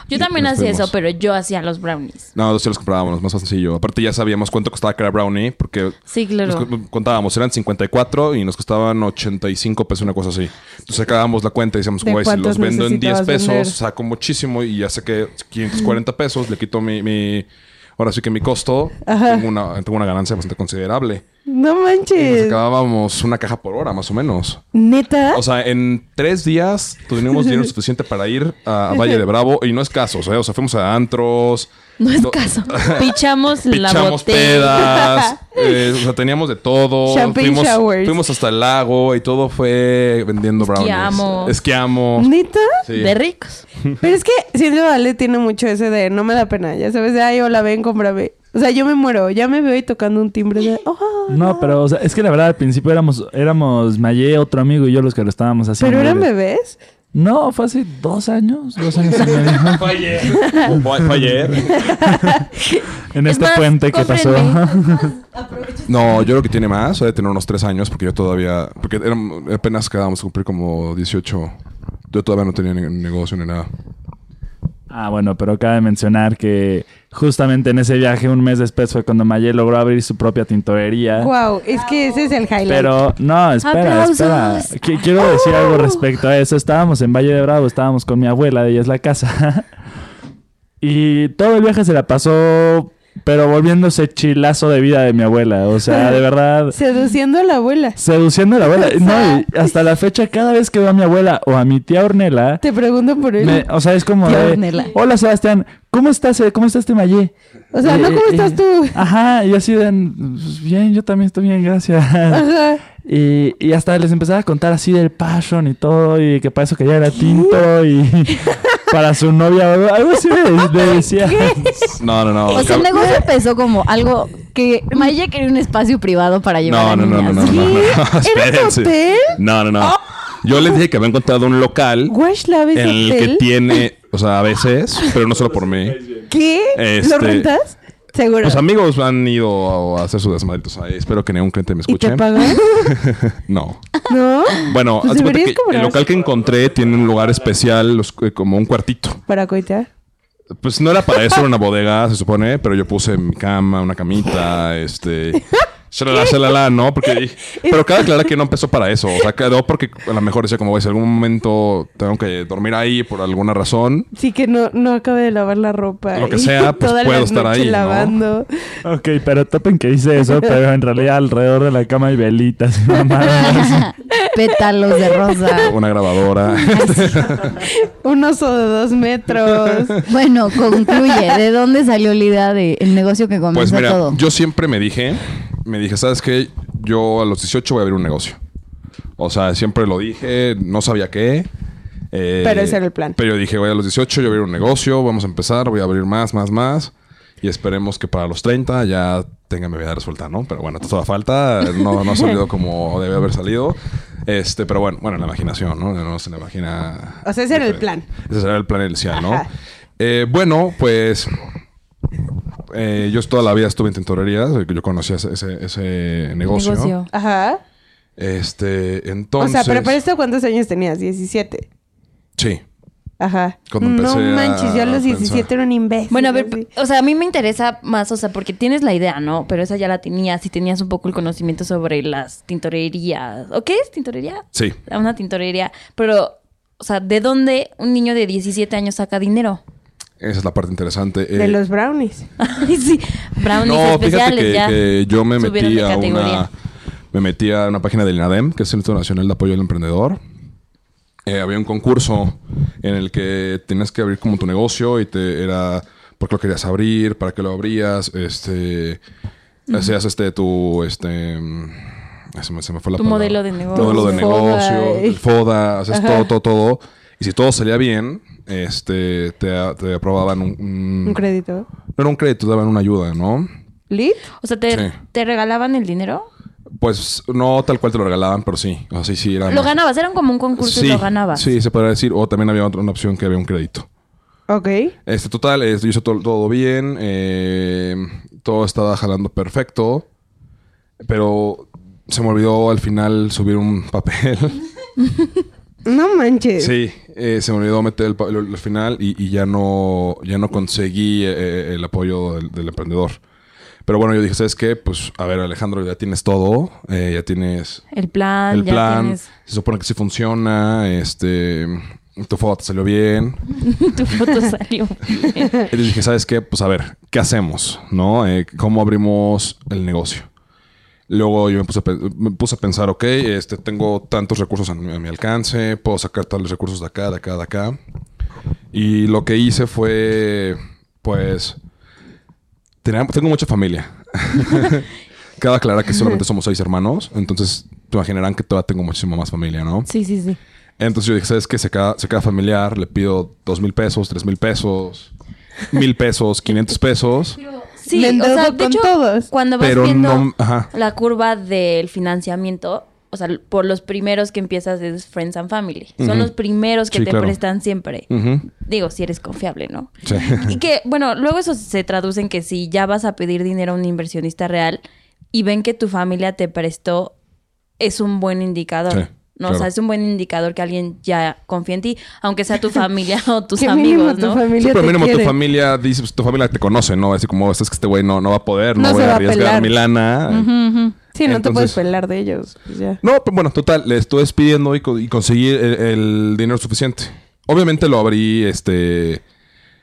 Yo también Nos hacía fuimos. eso, pero yo hacía los brownies. No, nosotros los comprábamos, más sencillo. Aparte ya sabíamos cuánto costaba cada brownie, porque Sí, nos claro. cu- contábamos, eran 54 y nos costaban 85 pesos, una cosa así. Entonces sacábamos la cuenta y decíamos, ¿De güey, si los cuántos vendo en 10 necesitabas pesos, vender? saco muchísimo y ya saqué 540 pesos, le quito mi... mi- ahora sí que mi costo, tengo una, tengo una ganancia bastante considerable. [laughs] No Y nos manches. acabábamos una caja por hora, más o menos. ¿Neta? O sea, en tres días tuvimos dinero suficiente para ir a, a Valle de Bravo y no es caso, ¿eh? O sea, fuimos a antros. No es do- [laughs] caso. Pichamos la Pichamos botella. pedas, eh, o sea, teníamos de todo. Champagne fuimos, showers. fuimos hasta el lago y todo fue vendiendo brownies. Esquiamos. Esquiamos. ¿Neta? [laughs] Sí. De ricos. Pero es que Silvia Vale tiene mucho ese de no me da pena, ya sabes, de ay, hola, ven, cómprame. O sea, yo me muero, ya me veo ahí tocando un timbre de oh, No, pero o sea, es que la verdad al principio éramos, éramos Mayé, otro amigo y yo los que lo estábamos haciendo. ¿Pero eran Y de- bebés? No, fue hace dos años, dos años [laughs] y medio. Fue- fue ayer. En Es este más, puente que pasó. cómprenme. No, yo creo que tiene más, debe tener unos tres años porque yo todavía, porque eran- apenas quedábamos a cumplir como 18. Yo todavía no tenía ni- negocio ni nada. Ah, bueno, pero cabe mencionar que justamente en ese viaje, un mes después, fue cuando Mayé logró abrir su propia ¿Eh? tintorería. Wow, es que ese es el highlight. Pero, no, espera, espera. ¡Aplausos! Qui- Quiero decir algo respecto a eso. Estábamos en Valle de Bravo, estábamos con mi abuela, de ella es la casa. [laughs] y todo el viaje se la pasó, pero volviéndose chilazo de vida de mi abuela. O sea, [laughs] de verdad. Seduciendo a la abuela. Seduciendo a la abuela. No, y hasta la fecha, cada vez que veo a mi abuela o a mi tía Ornela, Te pregunto por él. me- o sea, es como Tía [laughs] de, Ornella. Hola Sebastián, ¿cómo estás? eh? ¿Cómo estás, Temayé? O sea, no, Eh, ¿cómo eh, estás eh. tú? Ajá, y yo así de, "Pues, bien, yo también estoy bien, gracias. [laughs] Ajá. Y, y hasta les empezaba a contar así del passion y todo, y que para eso quería era tinto, y, para su novia o algo, algo así le, le decía. No, no, no. O sea, el Cab- negocio empezó como algo que Maya quería un espacio privado para llevar No, a no, no, no, niñas. no, no, no, [laughs] no, espérense. hotel? No, no, no. Yo les dije que había encontrado un local Wash Lab es en el hotel. que tiene, o sea, [laughs] a veces, pero no solo por mí. ¿Qué? Este- pues, ¿Lo rentas? Seguro. Los amigos han ido a hacer sus desmadritos ahí. Espero que ni un cliente me ¿Y escuche. te pagan? [laughs] No. ¿No. Bueno, Pues haz de cuenta deberías que cobrar. el local que encontré tiene un lugar especial, los- eh, como un cuartito. Para coitear. Pues no era para eso, era una bodega, se supone, pero yo puse mi cama, una camita, [laughs] este. Shalala, shalala, ¿no? Porque dije- Pero cada aclara que no empezó para eso. O sea, quedó porque a lo mejor decía, como, güey, si algún momento tengo que dormir ahí por alguna razón, Sí, que no, no acabe de lavar la ropa. Lo que y [laughs] sea, pues, toda la puedo estar noche ahí, ¿no? lavando. Ok, pero topen que hice eso, pero en realidad alrededor de la cama hay velitas [laughs] y mamadas. Pétalos de rosa. [laughs] una grabadora. Un oso de dos [laughs] metros. Bueno, concluye. ¿De dónde salió la idea del negocio que comenzó Pues mira, todo? yo siempre me dije, me dije, ¿sabes qué? Yo a los 18 voy a abrir un negocio. O sea, siempre lo dije, no sabía qué. eh, Pero ese era el plan. Pero yo dije, voy a los 18, yo voy a abrir un negocio, vamos a empezar, voy a abrir más, más, más. Y esperemos que para los 30 ya tenga mi vida resuelta, ¿no? Pero bueno, toda falta, no, no [laughs] ha salido como debe haber salido. Este, pero bueno, bueno, en la imaginación, ¿no? No se la imagina. O sea, ese era el diferente. plan. Ese era el plan inicial, ¿no? Ajá. Eh, bueno, pues eh, yo toda la vida estuve en tintorerías. Yo conocía ese, ese- ese negocio. Negocio. Ajá. Este, entonces. O sea, pero para esto, ¿cuántos años tenías? 17. Sí. Ajá. Cuando empecé no a manches, yo a los 17 pensar. era un imbécil. Bueno, a ver, así. o sea, a mí me interesa más, o sea, porque tienes la idea, ¿no? Pero esa ya la tenías y tenías un poco el conocimiento sobre las tintorerías. ¿O qué es tintorería? Sí. Una tintorería. Pero, o sea, ¿de dónde un niño de 17 años saca dinero? [laughs] Esa es la parte interesante. De Eh, los brownies. Ay, sí. Brownies no, fíjate especiales que, ya. que yo me Subieron metí de a una. categoría. Me metí a una página del INADEM, que es el Instituto Nacional de Apoyo al Emprendedor. Eh, había un concurso en el que tenías que abrir como tu negocio y te era por qué lo querías abrir, para qué lo abrías, este hacías este tu este mm, se me, se me fue la Tu palabra. modelo de negocio. Tu modelo de Tu foda, negocio, eh. el foda, haces Ajá. todo, todo, todo. Y si todo salía bien, este te, te aprobaban un, un- Un crédito. no era un crédito, te daban una ayuda, ¿no? ¿Lit? O sea, ¿te, Sí. te regalaban el dinero? Pues no tal cual te lo regalaban, pero sí. O sea, sí, sí, era Lo más- ganabas, eran como un concurso Ah, Sí, y lo ganabas. Sí, se podría decir. O también había otra una opción que había un crédito. Ok. Este, total, eh, yo hice todo, todo bien. eh, todo estaba jalando perfecto. Pero se me olvidó al final subir un [laughs] papel. No manches. sí, eh, se me olvidó meter el, pa- el- el final y, y ya, no, ya no conseguí eh, el apoyo del, del emprendedor. Pero bueno, yo dije, ¿sabes qué? Pues, a ver, Alejandro, ya tienes todo. eh, ya tienes El plan, el ya plan. tienes [laughs] Se supone que sí funciona. Este. Tu foto te salió bien. tu [laughs] foto salió. Y les dije, ¿sabes qué? Pues a ver, ¿qué hacemos? ¿No? Eh, ¿Cómo abrimos el negocio? Luego yo me puse a, pe- me puse a pensar, ok, este, tengo tantos recursos a mi, a mi alcance, puedo sacar tales recursos de acá, de acá, de acá. Y lo que hice fue, pues, tenía- tengo mucha [laughs] familia. Cabe aclarar que solamente somos seis hermanos, entonces te imaginarán que todavía tengo muchísima más familia, ¿no? sí, sí, sí. Entonces yo dije, ¿sabes qué? Se queda, se queda familiar, le pido dos mil pesos, tres mil pesos, mil pesos, [laughs] quinientos pesos. Sí, Me o endeudo sea, de con hecho, todos. cuando vas Pero viendo no- ajá. la curva del financiamiento, o sea, por los primeros que empiezas es Friends and Family. Son Ujú. los primeros que Sí, te claro. prestan siempre. Ujú. Digo, si eres confiable, ¿no? Sí. Y que, bueno, luego eso se traduce en que si ya vas a pedir dinero a un inversionista real y ven que tu familia te prestó, es un buen indicador. Sí, No, claro. o sea, es un buen indicador que alguien ya confía en ti, aunque sea tu familia [laughs] o tus Que mínimo amigos, tu ¿no? Sí, familia pero te mínimo tu quiere. familia dice, pues, tu familia te conoce, ¿no? Así como, este es que este güey no, no va a poder, no, No voy se a va a pelar. arriesgar mi lana. Sí, no te Entonces- puedes pelar de ellos. pues ya. No, pero bueno, total, le estuve despidiendo y, co- y conseguí el, el dinero suficiente. Obviamente lo abrí, este,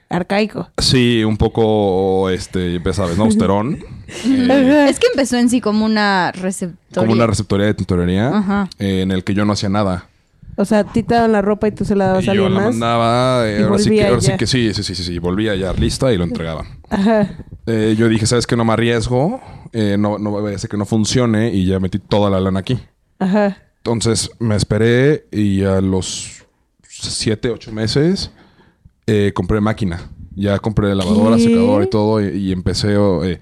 Arcaico. sí, un poco, este, ya sabes, [laughs] ¿no? Austerón. Eh, Ajá. Es que empezó en sí como una receptoría. como una receptoría de tintorería Ajá. eh, en el que yo no hacía nada. O sea, a ti te daban la ropa y tú se la dabas Y a yo alguien la más. mandaba, eh, Y ahora, sí que, volvía ahora sí ya. que sí, sí, sí, sí, sí, volvía ya lista y lo entregaba. Ajá. Eh, yo dije, ¿sabes qué? No me arriesgo, eh, no, no vaya a ser que no funcione y ya metí toda la lana aquí. Ajá. Entonces me esperé y a los siete, ocho meses eh, compré máquina. Ya compré lavadora, ¿Qué? secador y todo. Y, y empecé... oh, eh,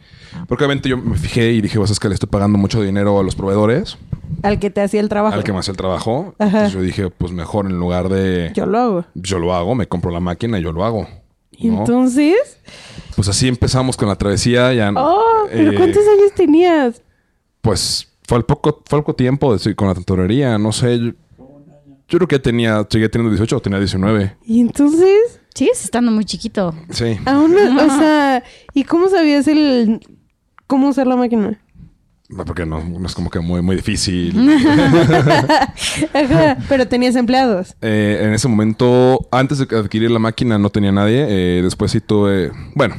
porque obviamente yo me fijé y dije, pues es que le estoy pagando mucho dinero a los proveedores. Al que te hacía el trabajo. Al que me hace el trabajo. Ajá. Entonces yo dije, pues mejor en lugar de... Yo Yo, lo hago. lo hago, me compro la máquina y yo lo hago. Y ¿no? entonces. Pues así empezamos con la travesía. Ya, ¡Oh! ¿Pero eh, cuántos años tenías? Pues fue al poco, fue al poco tiempo de seguir con la tintorería. No sé. Yo, yo creo que tenía... Llegué teniendo 18 o tenía 19. Y entonces. Sigues estando muy chiquito. Sí. Aún no. O sea, ¿y cómo sabías el. cómo usar la [laughs] máquina? No, Ah, Porque no, no es como que muy, [laughs] muy difícil. Ajá. Pero tenías empleados. Eh, en ese momento, antes de adquirir la máquina, no tenía nadie. Eh, después sí tuve. Bueno,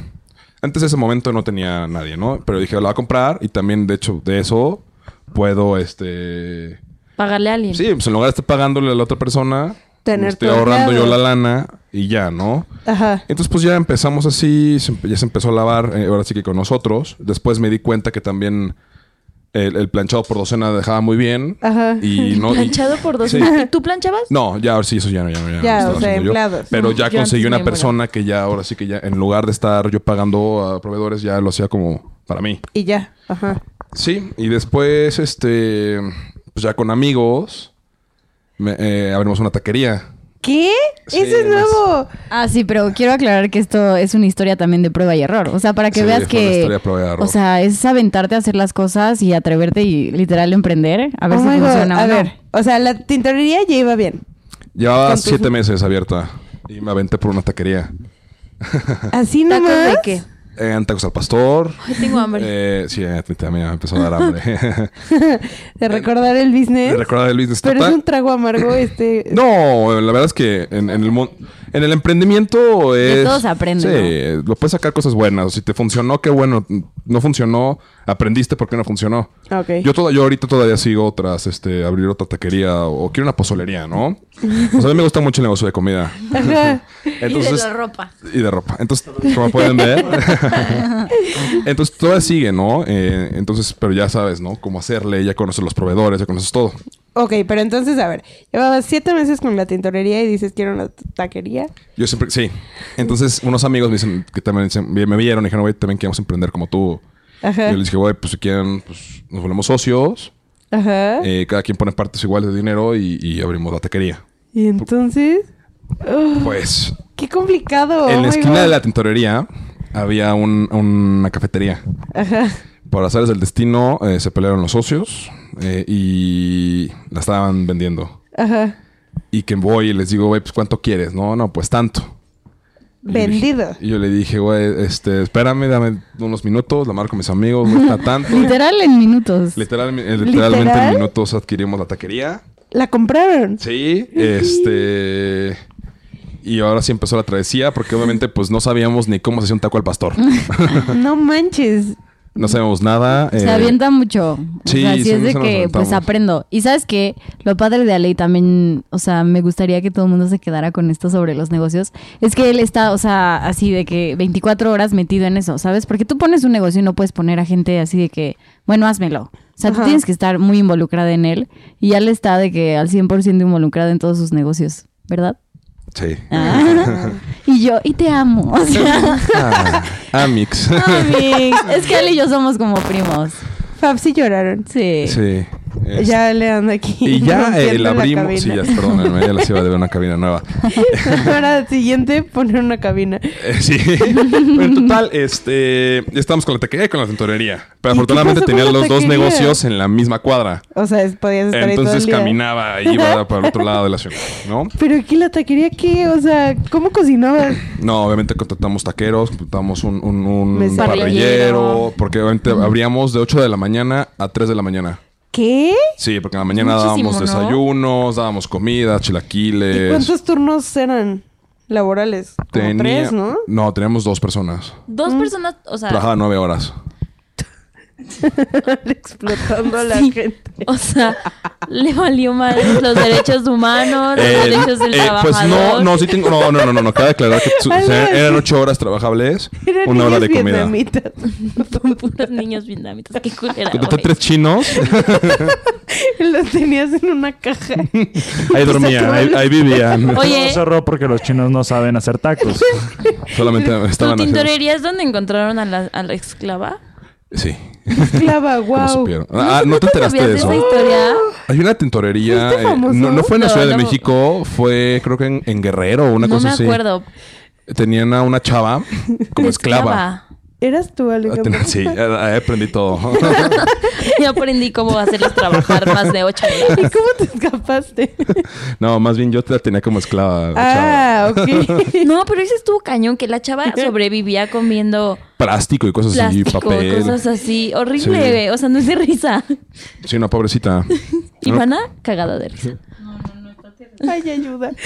antes de ese momento no tenía nadie, ¿no? Pero dije, la voy a comprar y también, de hecho, de eso puedo, este. Pagarle a [laughs] alguien. Sí, pues en lugar de estar pagándole a la otra persona, Tener estoy tu ahorrando yo empleado. la lana y ya, ¿no? Ajá. Entonces, pues ya empezamos así, se empe- ya se empezó a lavar, eh, ahora sí que con nosotros. Después me di cuenta que también el, el planchado por docena dejaba muy bien. Ajá. Y no, y- Planchado por dos. Sí. ¿Y ¿Tú planchabas? No, ya ahora sí, eso ya no, ya no. Ya, no Ya, estaba o sea, haciendo yo. empleados. Pero ya Yo conseguí antes una me volaba. persona que ya ahora sí que ya, en lugar de estar yo pagando a proveedores, ya lo hacía como para mí. Y ya. Ajá. Sí, y después, este, pues ya con amigos, me- eh, abrimos una taquería. ¿Qué? Sí, Eso es además- nuevo. Ah, sí, pero quiero aclarar que esto es una historia también de prueba y error. O sea, para que Sí, veas fue una que. historia de prueba y error. O sea, es aventarte a hacer las cosas y atreverte y literal emprender. A ver Oh si my God. funciona A o no. ver, o sea, la tintorería ya iba bien. [laughs] Llevaba Con tus- siete meses abierta y me aventé por una taquería. Así ¿Tacos nomás. de qué? En tacos al pastor. Ay, tengo hambre. Eh, sí, a mí también me empezó a [laughs] dar hambre. De recordar el business. Me recordaba de Luis de Pero Estapa. es un trago [laughs] amargo este. No, la verdad es que en, en el, mon- en el emprendimiento es... De todo se aprende, Sí, lo puedes sacar cosas buenas. Si te funcionó, qué bueno. No funcionó, aprendiste por qué no funcionó. Ah, Ok. Yo, toda, yo ahorita todavía sigo otras, este, abrir otra taquería o, quiero una pozolería, ¿no? O sea, a mí me gusta mucho el negocio de comida. [laughs] Ajá. [laughs] y de Entonces, la ropa. y de ropa. Entonces, como pueden [laughs] ver. entonces, todavía sigue, ¿no? Eh, entonces, pero ya sabes, ¿no? Cómo hacerle, ya conoces los proveedores, ya conoces todo. Ok, pero entonces, a ver, llevabas siete meses con la tintorería y dices quiero una taquería. Yo siempre, sí. Entonces, unos amigos me dicen, que también dicen- me me vieron y dijeron, güey, también queremos emprender como tú. Ajá. Yo les dije, güey, pues si quieren, pues nos volvemos socios. Ajá. eh, cada quien pone partes iguales de dinero y, y abrimos la taquería. y entonces. Ugh, Pues, qué complicado. oh en my la esquina God. de la tintorería había un- una cafetería. Ajá. Por azares del destino, eh, se pelearon los socios eh, y la estaban vendiendo. Ajá. Y que voy y les digo, güey, pues cuánto quieres. No, no, pues tanto. Y yo Vendido. dije- Y yo le dije, güey, este, espérame, dame unos minutos, la marco a mis amigos, no está tanto. [laughs] Literal en minutos. Literal- eh, literalmente ¿Literal? en minutos adquirimos la taquería. La compraron. Sí, este. Y ahora sí empezó la travesía, porque obviamente, pues no sabíamos ni cómo se hacía un taco [laughs] al pastor. No [laughs] manches. [laughs] No sabíamos nada. Se eh, avienta mucho. sí, o sea, si sí, es de eso nos que pues aventamos. aprendo. Y sabes que lo padre de Ale también, o sea, me gustaría que todo el mundo se quedara con esto sobre los negocios, es que él está, o sea, así de que 24 horas metido en eso, ¿sabes? Porque tú pones un negocio y no puedes poner a gente así de que, bueno, házmelo. O sea, Ajá. tú tienes que estar muy involucrada en él y Ale está de que al 100% involucrada en todos sus negocios, ¿verdad? Sí. Ah. y yo, y te amo. [laughs] O sea, Ah, [laughs] Amix. Ah, amig, es que Ale y yo somos como primos. Fab sí lloraron. Sí. sí. es- Ya le ando aquí. [laughs] Y ya rompiendo eh, la la abrimos. cabina. sí, ya, perdónenme, ya les iba a deber una cabina nueva. [laughs] Ahora siguiente, poner una cabina. Eh, sí. Pero en total, este. ya Estamos con la taquería y con la tintorería. Pero ¿Y qué afortunadamente pasó con tenía la los dos taquería? negocios en la misma cuadra. O sea, es- podías estar ahí todo el Entonces día. caminaba y [laughs] iba para el otro lado de la ciudad, ¿no? Pero aquí la taquería, ¿qué? O sea, ¿cómo cocinabas? No, obviamente contratamos taqueros, contratamos un, un- un Mesero. parrillero, porque obviamente abríamos de 8 de la mañana a 3 de la mañana. ¿Qué? Sí, porque en la mañana Muchísimo, dábamos ¿no? desayunos, dábamos comida, ¿Y chilaquiles. cuántos turnos eran laborales? Como Tenía- tres, ¿no? [laughs] No, teníamos dos personas. Ah. Dos personas, o sea, Trabajaba nueve horas. Explotando a la Sí. gente. O sea, [laughs] le valió mal los derechos humanos, los Eh, derechos del eh, trabajador. pues no, [laughs] no, sí tengo. No, no, no, no, no. Cabe aclarar que su- Algo se- eran así. ocho horas [laughs] trabajables, Eran una hora niños de comida. vietnamitas. [laughs] Son puros niños vietnamitas. Qué culera, Contraté güey. tres [laughs] chinos, Los tenías en una caja. ahí dormían, ahí, ahí vivían. Oye. Todo cerró porque los chinos no saben hacer tacos. Solamente ¿Tu estaban haciendo. tintorería es donde encontraron a la, a la esclava? Sí, Esclava, [laughs] no wow. supieron. Ah, no te enteraste ¿Sabías de de eso. esa historia? Hay una tintorería. ¿Fuiste eh, famoso? no, no fue en la No, Ciudad de no. México, fue creo que en, en Guerrero o una no cosa me así. acuerdo. Tenían a una chava como [laughs] De esclava. Eras tú, Alex. Ten- Sí, eh, ahí aprendí [laughs] todo. [laughs] Yo aprendí cómo hacerlos trabajar más de ocho [laughs] ¿Y horas. cómo te escapaste? [laughs] [laughs] no, más bien yo la tenía como esclava. chava. ah, ok. No, pero ese estuvo cañón, que la chava sobrevivía comiendo [laughs] Plástico y cosas así, plástico, papel. cosas así. Horrible, Sí. güey. O sea, no es de risa. Sí, una pobrecita. [laughs] Ivana, cagada de risa. Ay, ayuda. [laughs]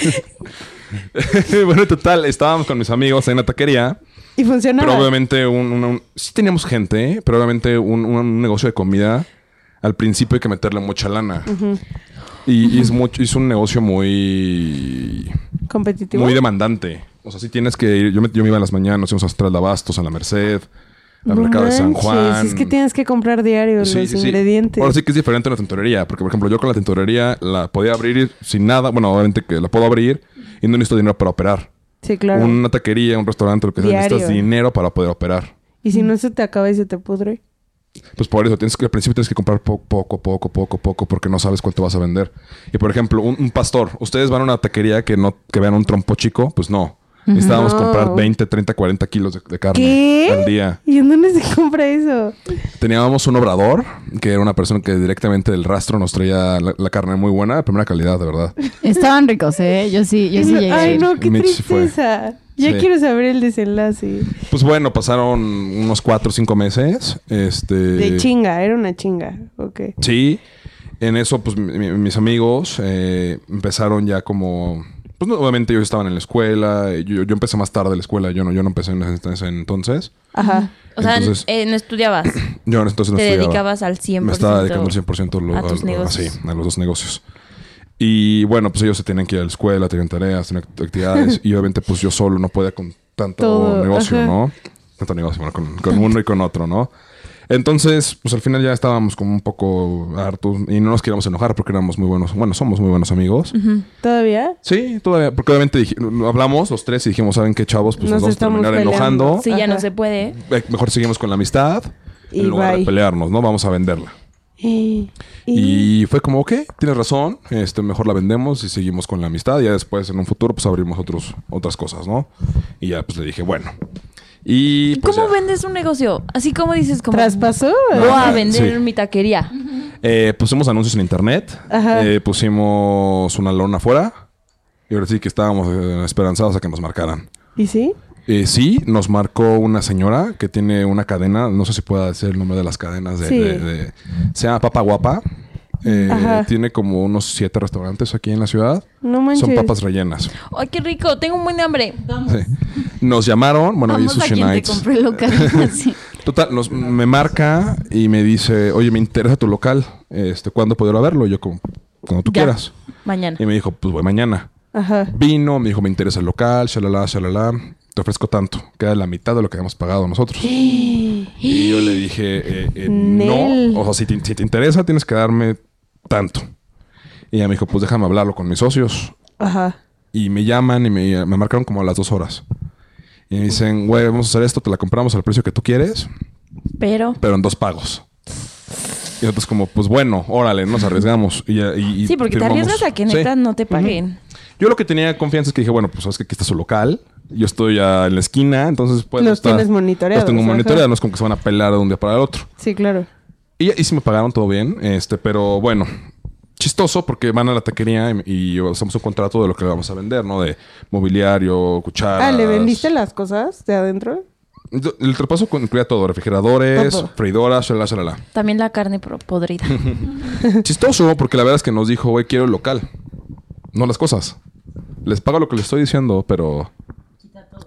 bueno, total, estábamos con mis amigos en la taquería. Y funcionaba. Pero obviamente, un, un- un- sí teníamos gente, pero obviamente un, un- un negocio de comida, al principio hay que meterle mucha lana. Y, y es, mucho, es un negocio muy. Competitivo. muy demandante. O sea, sí tienes que ir. Yo me, yo me iba a las mañanas, íbamos a Traslavastos, a la Merced, al No mercado de San manches, Juan. Es que tienes que comprar diario Sí, los sí, sí. ingredientes. Ahora sí que es diferente a la tintorería, porque por ejemplo yo con la tintorería la podía abrir sin nada, bueno, obviamente que la puedo abrir y no necesito dinero para operar. Sí, claro. Una taquería, un restaurante, lo que sea, Diario. necesitas dinero para poder operar. Y si no se te acaba y se te pudre. Pues por eso, tienes que, al principio tienes que comprar po- poco, poco, poco, poco, porque no sabes cuánto vas a vender. Y por ejemplo, un, un pastor, ustedes van a una taquería que no que vean un trompo chico, pues no. Necesitábamos No. comprar 20, 30, 40 kilos de, de carne ¿Qué? al día. ¿Y en dónde se compra eso? Teníamos un obrador, que era una persona que directamente del rastro nos traía la, la carne muy buena, de primera calidad, de [laughs] verdad. Estaban ricos, ¿eh? Yo sí, yo sí No- llegué. Ay, no, qué Mitch sí fue. tristeza. Ya Sí. quiero saber el desenlace. Pues bueno, pasaron unos 4 o 5 meses. Este, De chinga, era una chinga. Ok. Sí. En eso, pues mi- mi- mis amigos eh, empezaron ya como. Pues no, obviamente ellos estaban en la escuela. eh, Yo, yo empecé más tarde la escuela. Yo no, yo no empecé en ese, en ese entonces. Ajá. O sea, Entonces- eh, no estudiabas. Yo en ese entonces [clears throat] no te estudiaba. dedicabas al 100%. Me estaba dedicando al 100% lo- a tus lo- ah, negocios. sí, a los dos negocios. Y bueno, pues ellos se tenían que ir a la escuela, tenían tareas, tenían [laughs] act- actividades. y obviamente, pues yo solo no podía con tanto Todo, negocio, ajá. ¿no? Tanto negocio, bueno, con, con uno y con otro, ¿no? Entonces, pues al final ya estábamos como un poco hartos y no nos queríamos enojar porque éramos muy buenos, bueno, somos muy buenos amigos. ¿Todavía? Sí, todavía, porque obviamente dij- hablamos los tres y dijimos, ¿saben qué, chavos? Pues nos, Nos vamos a estamos terminar peleando". enojando. Sí, ya no Ajá. se puede. Eh, Mejor seguimos con la amistad Y en lugar bye. de pelearnos, ¿no? Vamos a venderla. Y, Y fue como, ok, tienes razón, este, mejor la vendemos y seguimos con la amistad. Y ya después, en un futuro, pues abrimos otros, otras cosas, ¿no? Y ya, pues le dije, bueno. Y pues, ¿Cómo ya. vendes un negocio? Así como dices, como... ¿Traspasó? Voy a Ah, vender sí. mi taquería. Eh, pusimos anuncios en internet, Ajá. eh, pusimos una lona afuera. Y ahora sí que estábamos eh, esperanzados a que nos marcaran. ¿Y sí? Eh, sí, nos marcó una señora que tiene una cadena, no sé si pueda decir el nombre de las cadenas, de, Sí. de- de- se llama Papa Guapa. Eh, Ajá. tiene como unos siete restaurantes aquí en la ciudad. No manches. Son papas rellenas. ¡Ay, qué rico! Tengo un buen hambre. Sí. Nos llamaron, bueno, y Vamos a Sushi quien te Nights. compré el [laughs] local. Sí. Total, nos, me marca y me dice, oye, me interesa tu local. Este, ¿Cuándo puedo ir a verlo? Y yo como, cuando tú Ya. quieras. Mañana. Y me dijo, pues voy mañana. Ajá. Vino, me dijo, me interesa el local, shalala, shalala. Te ofrezco tanto. Queda la mitad de lo que habíamos pagado nosotros. Y yo le dije, eh, eh, Nel. no, o sea, si te, si te interesa, tienes que darme tanto. Y ella me dijo, pues déjame hablarlo con mis socios. Ajá. Y me llaman y me, me marcaron como a las dos horas. Y me dicen, güey, vamos a hacer esto, te la compramos al precio que tú quieres, Pero... pero en dos pagos. Y nosotros como, pues bueno, órale, nos arriesgamos. Y, ya- y- y Sí, porque firmamos. te arriesgas a que Sí. neta no te paguen. Yo lo que tenía confianza es que dije, bueno, pues sabes que aquí está su local. Yo estoy ya en la esquina, entonces pues... Los tienes monitoreados, Los tengo ajá. monitoreados, no es como que se van a pelar de un día para el otro. Sí, claro. Y, y sí me pagaron todo bien, este, pero bueno, chistoso porque van a la taquería y, y hacemos un contrato de lo que le vamos a vender, ¿no? De mobiliario, cucharas. Ah, ¿le vendiste las cosas de adentro? Yo- El trepazo con- incluía todo, refrigeradores, Todo. freidoras, shalala, shalala. También la carne pro- podrida. Chistoso porque la verdad es que nos dijo, güey, quiero el local, no las cosas. Les pago lo que les estoy diciendo, pero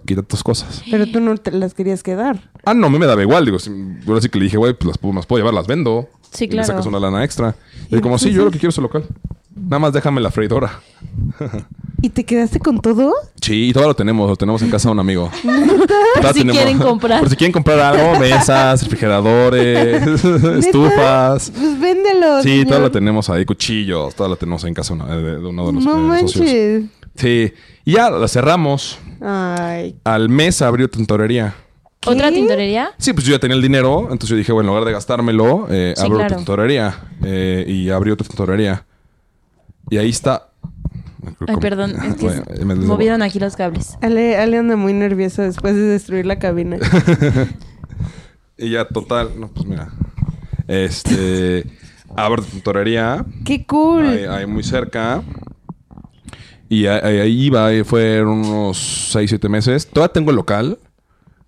quita tus cosas. Pero tú no te las querías quedar. Ah, no, a mí me daba igual. Digo, si- ahora sí que le dije, güey, pues las puedo, las puedo llevar, las vendo. Sí, Y claro. Le sacas una lana extra. Y como, sí, yo lo que quiero es el local. Nada más déjame la freidora. ¿Y te quedaste con todo? Sí, y todo lo tenemos, lo tenemos en casa de un [laughs] amigo. Todavía si tenemos- quieren comprar. Por si quieren comprar [laughs] algo, mesas, refrigeradores, estufas. Pues véndelo. Sí, señor. todo lo tenemos ahí, cuchillos, todo lo tenemos en casa una- de, de uno de los No eh, socios. manches. Sí, y ya la cerramos. Ay. Al mes abrió tintorería. ¿Otra ¿Qué? tintorería? Sí, pues yo ya tenía el dinero, entonces yo dije, bueno, en lugar de gastármelo, eh, Sí, abro otra claro. tintorería. eh, y abrió otra tintorería. Y ahí está. Ay, perdón. Es que ah, [laughs] Bueno, me desdoblo. movieron aquí los cables. Ale, Ale anda muy nerviosa después de destruir la cabina. Y ya, total. No, pues mira. Este. [laughs] Abro tintorería. ¡Qué cool! Ahí, ahí muy cerca. Y ahí, ahí- ahí iba, eh, fueron unos 6, 7 meses. Todavía tengo el local.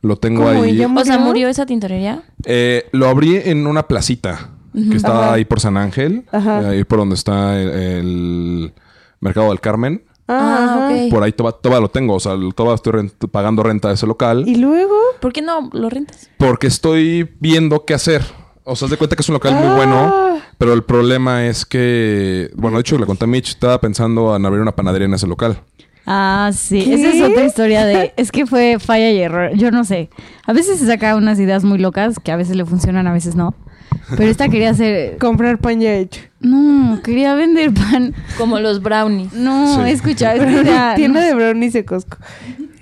Lo tengo ¿Cómo? ahí. ¿Ya O sea, ¿Murió? ¿murió esa tintorería? Eh, lo abrí en una placita que estaba Ajá. ahí por San Ángel, eh, Ajá. ahí por donde está el, el mercado del Carmen. Ah, ajá. ok. Por ahí toda, toda lo tengo, o sea, toda estoy rent- pagando renta de ese local ¿Y luego? ¿Por qué no [laughs] lo rentas? porque estoy viendo qué hacer. O sea, haz de cuenta que es un local Ah. muy bueno, pero el problema es que, bueno, de hecho le conté a Mitch, estaba pensando en abrir una panadería en ese local. Ah, sí. ¿Qué? Esa es otra historia de... Es que fue falla y error. Yo no sé. A veces se saca unas ideas muy locas que a veces le funcionan, a veces no. Pero esta quería hacer... Comprar pan ya hecho. No, quería vender pan. Como los brownies. No, Sí. escucha, esta idea- Brownie- Tienda de brownies de Costco.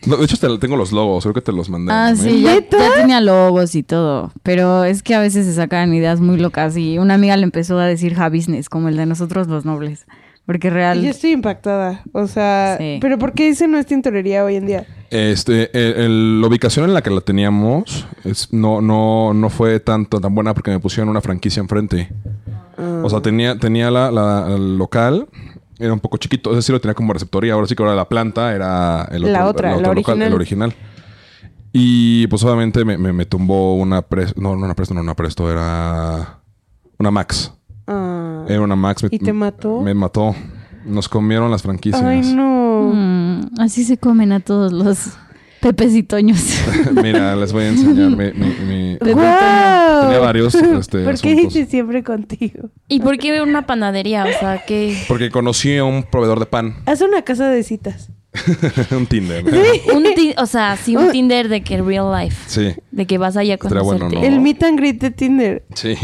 No, de hecho, te- tengo los logos, creo que te los mandé. Ah, ¿no? sí, ya, ya tenía logos y todo. Pero es que a veces se sacan ideas muy locas y una amiga le empezó a decir ja business, como el de nosotros los nobles. Porque Y Yo real. estoy impactada. O sea, Sí. ¿pero por qué ese no es tintorería hoy en día? Este, el- el- la ubicación en la que la teníamos es- no, no, no fue tanto tan buena porque me pusieron una franquicia enfrente. O sea, tenía, tenía la, la- el local, era un poco chiquito, es decir, lo tenía como receptoría. Ahora sí que ahora la planta era el otro, La otra, el la otro local, original. el original. Y pues obviamente me, me- me tumbó una presto, no, no una presto, no una presto, era una Max. Ah. Era una Max. me- ¿Y te mató? Me mató. Nos comieron las franquicias. Ay, no. Mm, así se comen a todos los pepes y toños. [laughs] [laughs] Mira, les voy a enseñar mi- mi- [laughs] mi- ¡Guau! Tenía [laughs] varios, este, ¿Por qué asuntos. hice siempre contigo? ¿Y por qué una panadería? O sea, que Porque conocí a un proveedor de pan, [laughs] Haz una casa de citas. un Tinder. un ti- o sea, sí un Tinder de que real life, Sí, de que vas allá a Estaría bueno, conocerte. ¿no? El meet and greet de Tinder. sí.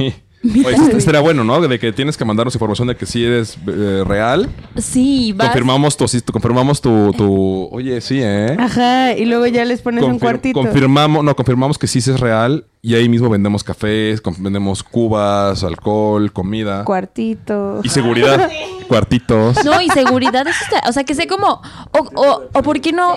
Oye, esto estaría bueno, ¿no? De que tienes que mandarnos información de que sí eres eh, real. Sí, vas. Confirmamos tu, sí, tu- confirmamos tu, tu- oye, sí, ¿eh? Ajá, y luego ya les pones un Confir- cuartito. Confirmamos, no, confirmamos que sí es real y ahí mismo vendemos cafés, com- vendemos cubas, alcohol, comida Cuartito. y [laughs] seguridad, cuartitos. No, y seguridad, eso está- o sea, que sea como, o, o, o por qué no,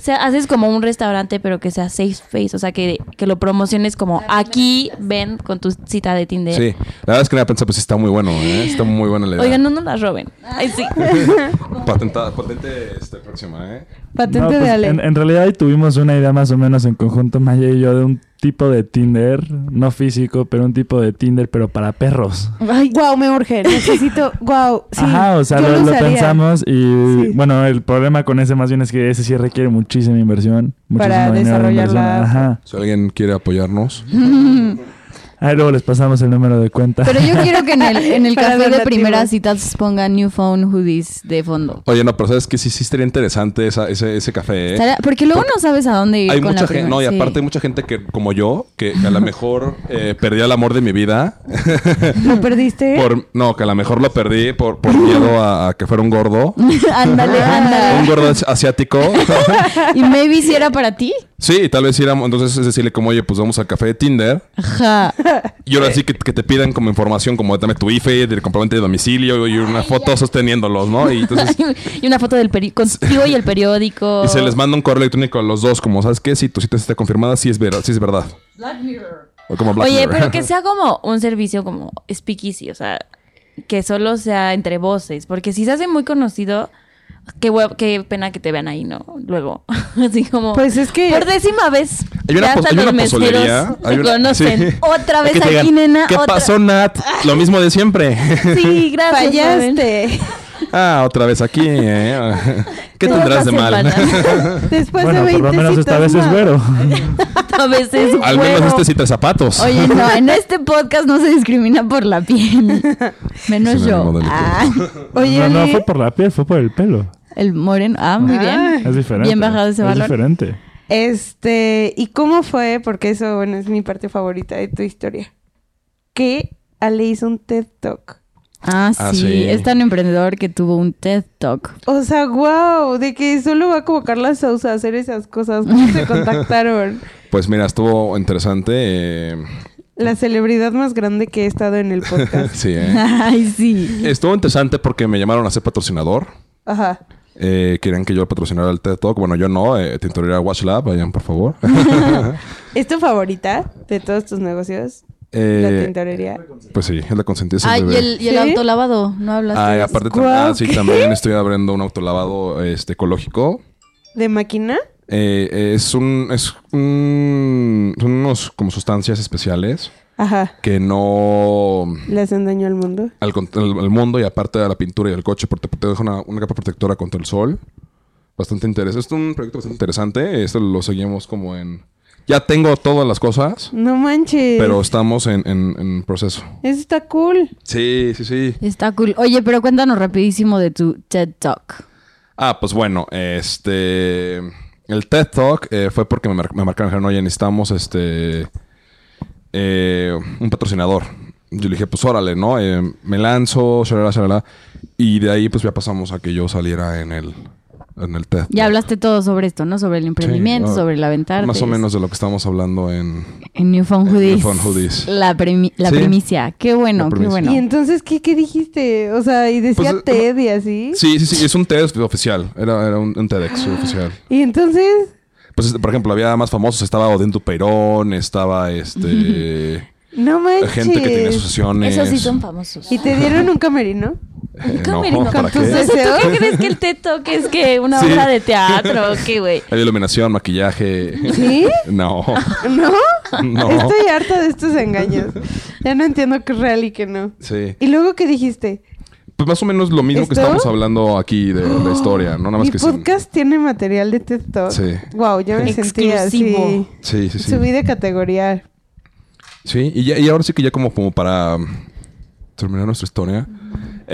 se haces como un restaurante, pero que sea safe space, o sea, que, que lo promociones como, aquí ven con tu cita de Tinder. Sí, la verdad es que me pensé, pues sí está muy bueno, ¿eh? Está muy buena la idea. Oigan, no nos las roben. Ay, sí. Ah. [laughs] Patentada, patente este, próxima, ¿eh? Patente No, de pues, Ale. en, en realidad ahí tuvimos una idea más o menos en conjunto, Maya y yo, de un tipo de Tinder, no físico, pero un tipo de Tinder, pero para perros. Ay, wow, me urge. Necesito. Wow. Sí, Ajá, o sea, yo lo, lo usaría pensamos y Sí. bueno, el problema con ese más bien es que ese sí requiere muchísima inversión. Muchísimo Para dinero de desarrollar inversión, la- Ajá. Si alguien quiere apoyarnos. Ahí luego les pasamos el número de cuenta. Pero [laughs] yo quiero que en el, en el [laughs] Para café de donativos. primeras citas pongan New Phone Hoodies de fondo. Oye, no, pero sabes que sí, sí estaría interesante esa- ese, ese café, ¿eh? Estará- Porque luego no sabes a dónde ir Hay con mucha la gente, primera. no, y sí. [laughs] aparte hay mucha gente que, como yo, que a lo mejor eh, perdí el amor de [laughs] mi vida. ¿Lo perdiste? por, no, que a lo mejor lo perdí por, por miedo a, a que fuera un gordo. [laughs] ándale, ándale. un gordo asiático. [laughs] Y maybe si era para ti. sí, tal vez ir a- Entonces es decirle como, oye, pues vamos al café de Tinder. Ajá. Y ahora sí que, que te pidan como información, como dame tu IFE, el comprobante de domicilio y una foto sosteniéndolos, ¿no? Y [laughs] entonces... [laughs] y una foto del periódico, contigo y el periódico. Y se les manda un correo electrónico a los dos, como, ¿sabes qué? Si tu cita está confirmada, sí es, verdad sí es verdad. O como Black Oye, Mirror. [laughs] pero que sea como un servicio como speakeasy, o sea, que solo sea entre voces, porque si se hace muy conocido, qué, hue- qué pena que te vean ahí, ¿no? Luego, [laughs] así como... Pues es que- Por décima vez, Hay una, ya pos- hasta hay una los meseros pozolería. Hay se una- conocen. sí. Otra [laughs] Que vez te aquí, digan, nena. ¿Qué otra- pasó, Nat? Lo mismo de siempre. Sí, gracias. Mabel. Fallaste. [laughs] Ah, otra vez aquí, ¿eh? [laughs] ¿Qué tendrás de mal? Después bueno, de 20 por lo menos esta citas vez es más. güero. [laughs] A veces [laughs] Al menos güero. este sí trae zapatos. Oye, [laughs] no, en este podcast no se discrimina por la piel. Menos Sí, yo. no, no, Ah, Oye, no, no Ale, fue por la piel, fue por el pelo. el moreno. Ah, muy bien. Es diferente. Bien bajado ese es valor. diferente. este, ¿y cómo fue? Porque eso, bueno, es mi parte favorita de tu historia. Que Ale hizo un TED Talk. Ah, sí. Ah, sí. Es tan emprendedor que tuvo un TED Talk. O sea, wow, de que solo va como Carla Sousa a hacer esas cosas. ¿Cómo [laughs] se contactaron? [laughs] Pues mira, estuvo interesante. eh, [laughs] La celebridad más grande que he estado en el [laughs] podcast. sí, ¿eh? [laughs] Ay, sí. Estuvo interesante porque me llamaron a ser patrocinador. Ajá. Eh, querían que yo patrocinara el TED Talk. Bueno, yo no. Eh, tintorería Watch Lab, vayan, por favor. [laughs] ¿Es tu favorita de todos tus negocios? la [laughs] Eh, tintorería. pues sí, es la consentida. Ay, y el, y el ¿Sí? autolavado. No hablaste. Ay, de eso. aparte, tam- Guau, ah, sí, [laughs] ¿qué? también estoy abriendo un autolavado este, ecológico. ¿De máquina? Eh, eh, es un, es un- son unos como sustancias especiales Ajá. que no ¿Le hacen daño al mundo? al, con- al- al mundo y aparte a la pintura y al coche, porque te deja una, una capa protectora contra el sol. Bastante interesante. Es un proyecto bastante interesante. Esto lo seguimos como en. Ya tengo todas las cosas, No manches. pero estamos en, en- en proceso. Eso está cool. Sí, sí, sí. Está cool. Oye, pero cuéntanos rapidísimo de tu TED Talk. Ah, pues bueno, este. El TED Talk eh, fue porque me, mar- me marcaron y dijeron, oye, necesitamos este. eh, un patrocinador. Yo le dije, pues órale, ¿no? Eh, me lanzo, shalala, shalala. Y de ahí, pues ya pasamos a que yo saliera en el, en el TED. Ya Talk. hablaste todo sobre esto, ¿no? Sobre el emprendimiento, ah, sobre el aventarte. Más o menos de lo que estamos hablando en. En Newfound En Hoodies. Newfound Hoodies. La, primi- la Sí. primicia. Qué bueno, La qué primicia. bueno. ¿Y entonces qué, qué dijiste? O sea, y decía Pues, eh, TED y así. Sí, sí, sí, es un TED oficial. Era, era un, un TEDx oficial. Y entonces, Pues, este, por ejemplo, había más famosos. Estaba Odín Dupeirón, estaba este. no manches. gente que tenía asociaciones. Esos sí son famosos. ¿Y te dieron un camerino? Eh, no, camerino. ¿para ¿Con tus qué? O sea, ¿Tú deseos? qué crees que el TED Talk es que una Sí. obra de teatro? o ¿Qué, güey? Hay iluminación, maquillaje. ¿Sí? [laughs] No. ¿No? No. Estoy harta de estos engaños. Ya no entiendo qué es real y qué no. Sí. ¿Y luego qué dijiste? Pues más o menos lo mismo que ¿Esto? estamos hablando aquí de Eh, la historia, ¿no? Nada más Mi que sin- podcast tiene material de TED Talk. Sí. Wow, yo me sentí así. Exclusivo. Sí, sí, sí. Subí de [laughs] categoría. Sí, y, ya- y ahora sí que ya como, como para um, terminar nuestra historia.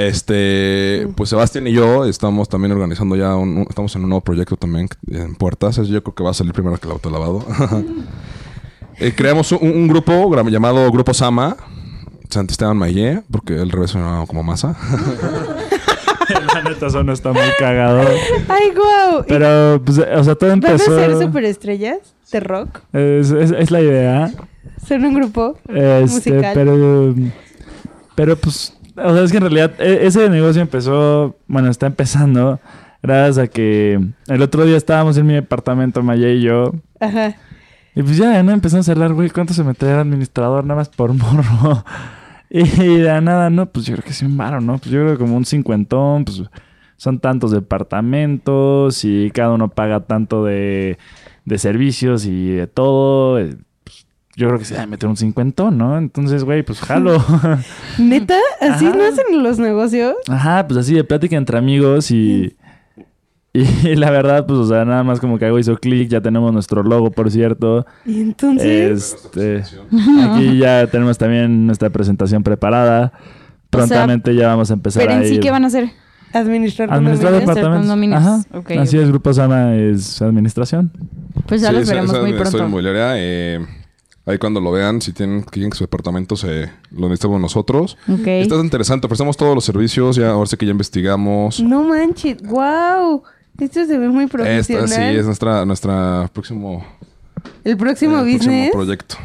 Este, pues Sebastián y yo estamos también organizando ya un, un- estamos en un nuevo proyecto también en puertas. Eso Yo creo que va a salir primero que el autolavado. [laughs] Eh, creamos un, un grupo gra- llamado Grupo Sama, Santisteban Mayé, porque el revés sonaba como masa. la neta, eso no está muy cagado. ¡Ay, wow! Pero, pues, o sea, todo ¿Van a empezó. ser superestrellas de rock? Es, es- es la idea. ¿Son un grupo? Este, Musical. pero. Pero pues. O sea, es que en realidad e- ese negocio empezó. Bueno, está empezando. Gracias a que el otro día estábamos en mi departamento, Maya y yo. Ajá. Y pues ya, ¿no? Empezamos a hablar, güey, ¿cuánto se meterá el administrador? Nada más por [laughs] morro. Y de la nada, no, pues yo creo que sí, un varo, ¿no? Pues yo creo que como un cincuentón, pues son tantos departamentos y cada uno paga tanto de, de servicios y de todo. eh, pues, Yo creo que se va a meter un cincuentón, ¿no? Entonces, güey, pues jalo. ¿Neta? ¿Así Ajá. no hacen los negocios? Ajá, pues así de plática entre amigos y... Y [laughs] la verdad, pues, o sea, nada más como que algo hizo clic, ya tenemos nuestro logo, por cierto. Y entonces... Este, aquí ya tenemos también nuestra presentación preparada. Prontamente ya vamos a empezar Pero a en sí, ir. ¿qué van a hacer? Administrar administrar condominios. Administrar departamentos. Ajá. condominios. Ok, Así ok. es, Grupo Sama es administración. [laughs] Pues ya Sí, lo esa- veremos esa muy estoy pronto. inmobiliaria, eh, ahí cuando lo vean, si tienen, quieren que su departamento se lo necesitamos nosotros. Ok. Está interesante, ofrecemos todos los servicios, ya ahora sí que ya investigamos. No manches, wow. Esto se ve muy profesional. Esta sí es nuestra, nuestra próximo, El próximo eh, próximo business. proyecto.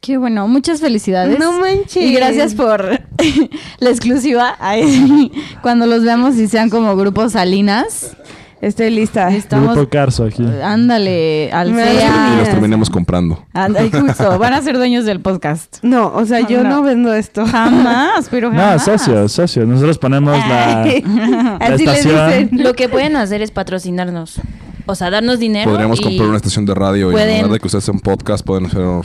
Qué bueno, muchas felicidades. No manches. Y gracias por [laughs] la exclusiva. Ay, [laughs] Cuando los veamos y sean como grupos Salinas, Estoy lista. estamos. Ah, Grupo Carso aquí. Ándale, Y los Gracias. Alcea. terminemos comprando. Ándale, Ah, [laughs] justo. Van a ser dueños del [laughs] podcast. No, o sea, yo No. no, vendo esto. [laughs] Jamás, pero No, jamás. socios, socios. Nosotros ponemos la... Así le estación. dicen. Lo que pueden hacer es patrocinarnos. O sea, darnos dinero. Podríamos y- comprar una estación de radio y pueden- en lugar de que ustedes un podcast, pueden hacer... No,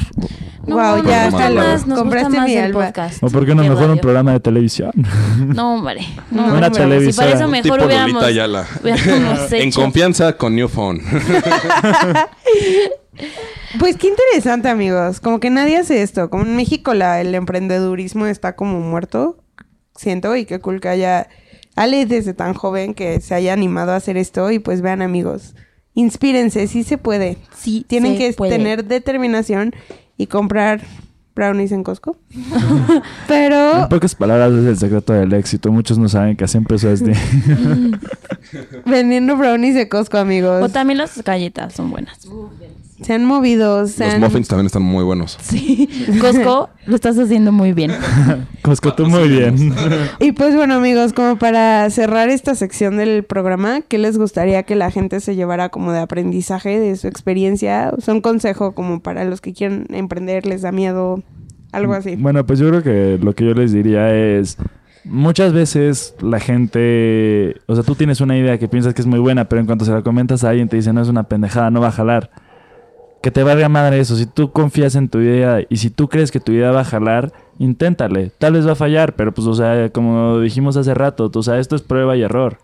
Guau, nos ya, gusta jalo. más, nos Compraste gusta más mi el alma. podcast. [laughs] [laughs] ¿O por qué no que mejor un radio. programa de televisión? No, hombre. No, Una hombre. Si televisora. para eso Un tipo mejor Lolita hubiéramos, Ayala. [laughs] hubiéramos en hecho- confianza con New Phone. [laughs] Pues qué interesante, amigos. Como que nadie hace esto. Como en México la, el emprendedurismo está como muerto, siento, y qué cool que haya Ale desde tan joven que se haya animado a hacer esto. Y pues vean, amigos, inspírense, sí se puede. Sí, Tienen se que puede. tener determinación y comprar brownies en Costco. [laughs] Pero En pocas palabras es el secreto del éxito. Muchos no saben que así [laughs] empezó este. [laughs] vendiendo brownies de Costco, O amigos. también las galletas son buenas. Se han movido, se Los han... muffins también están muy buenos. Sí. [laughs] Costco, lo estás haciendo muy bien. Cosco, tú muy bien. Y pues bueno, amigos, como para cerrar esta sección del programa, ¿qué les gustaría que la gente se llevara como de aprendizaje de su experiencia? O sea, un consejo como para los que quieren emprender, les da miedo, algo así. Bueno, pues yo creo que lo que yo les diría es... Muchas veces la gente... O sea, tú tienes una idea que piensas que es muy buena, pero en cuanto se la comentas a alguien te dice, no, es una pendejada, no va a jalar. Que te valga madre eso. Si tú confías en tu idea y si tú crees que tu idea va a jalar, inténtale. Tal vez va a fallar, pero pues, o sea, como dijimos hace rato, o sea, esto es prueba y error.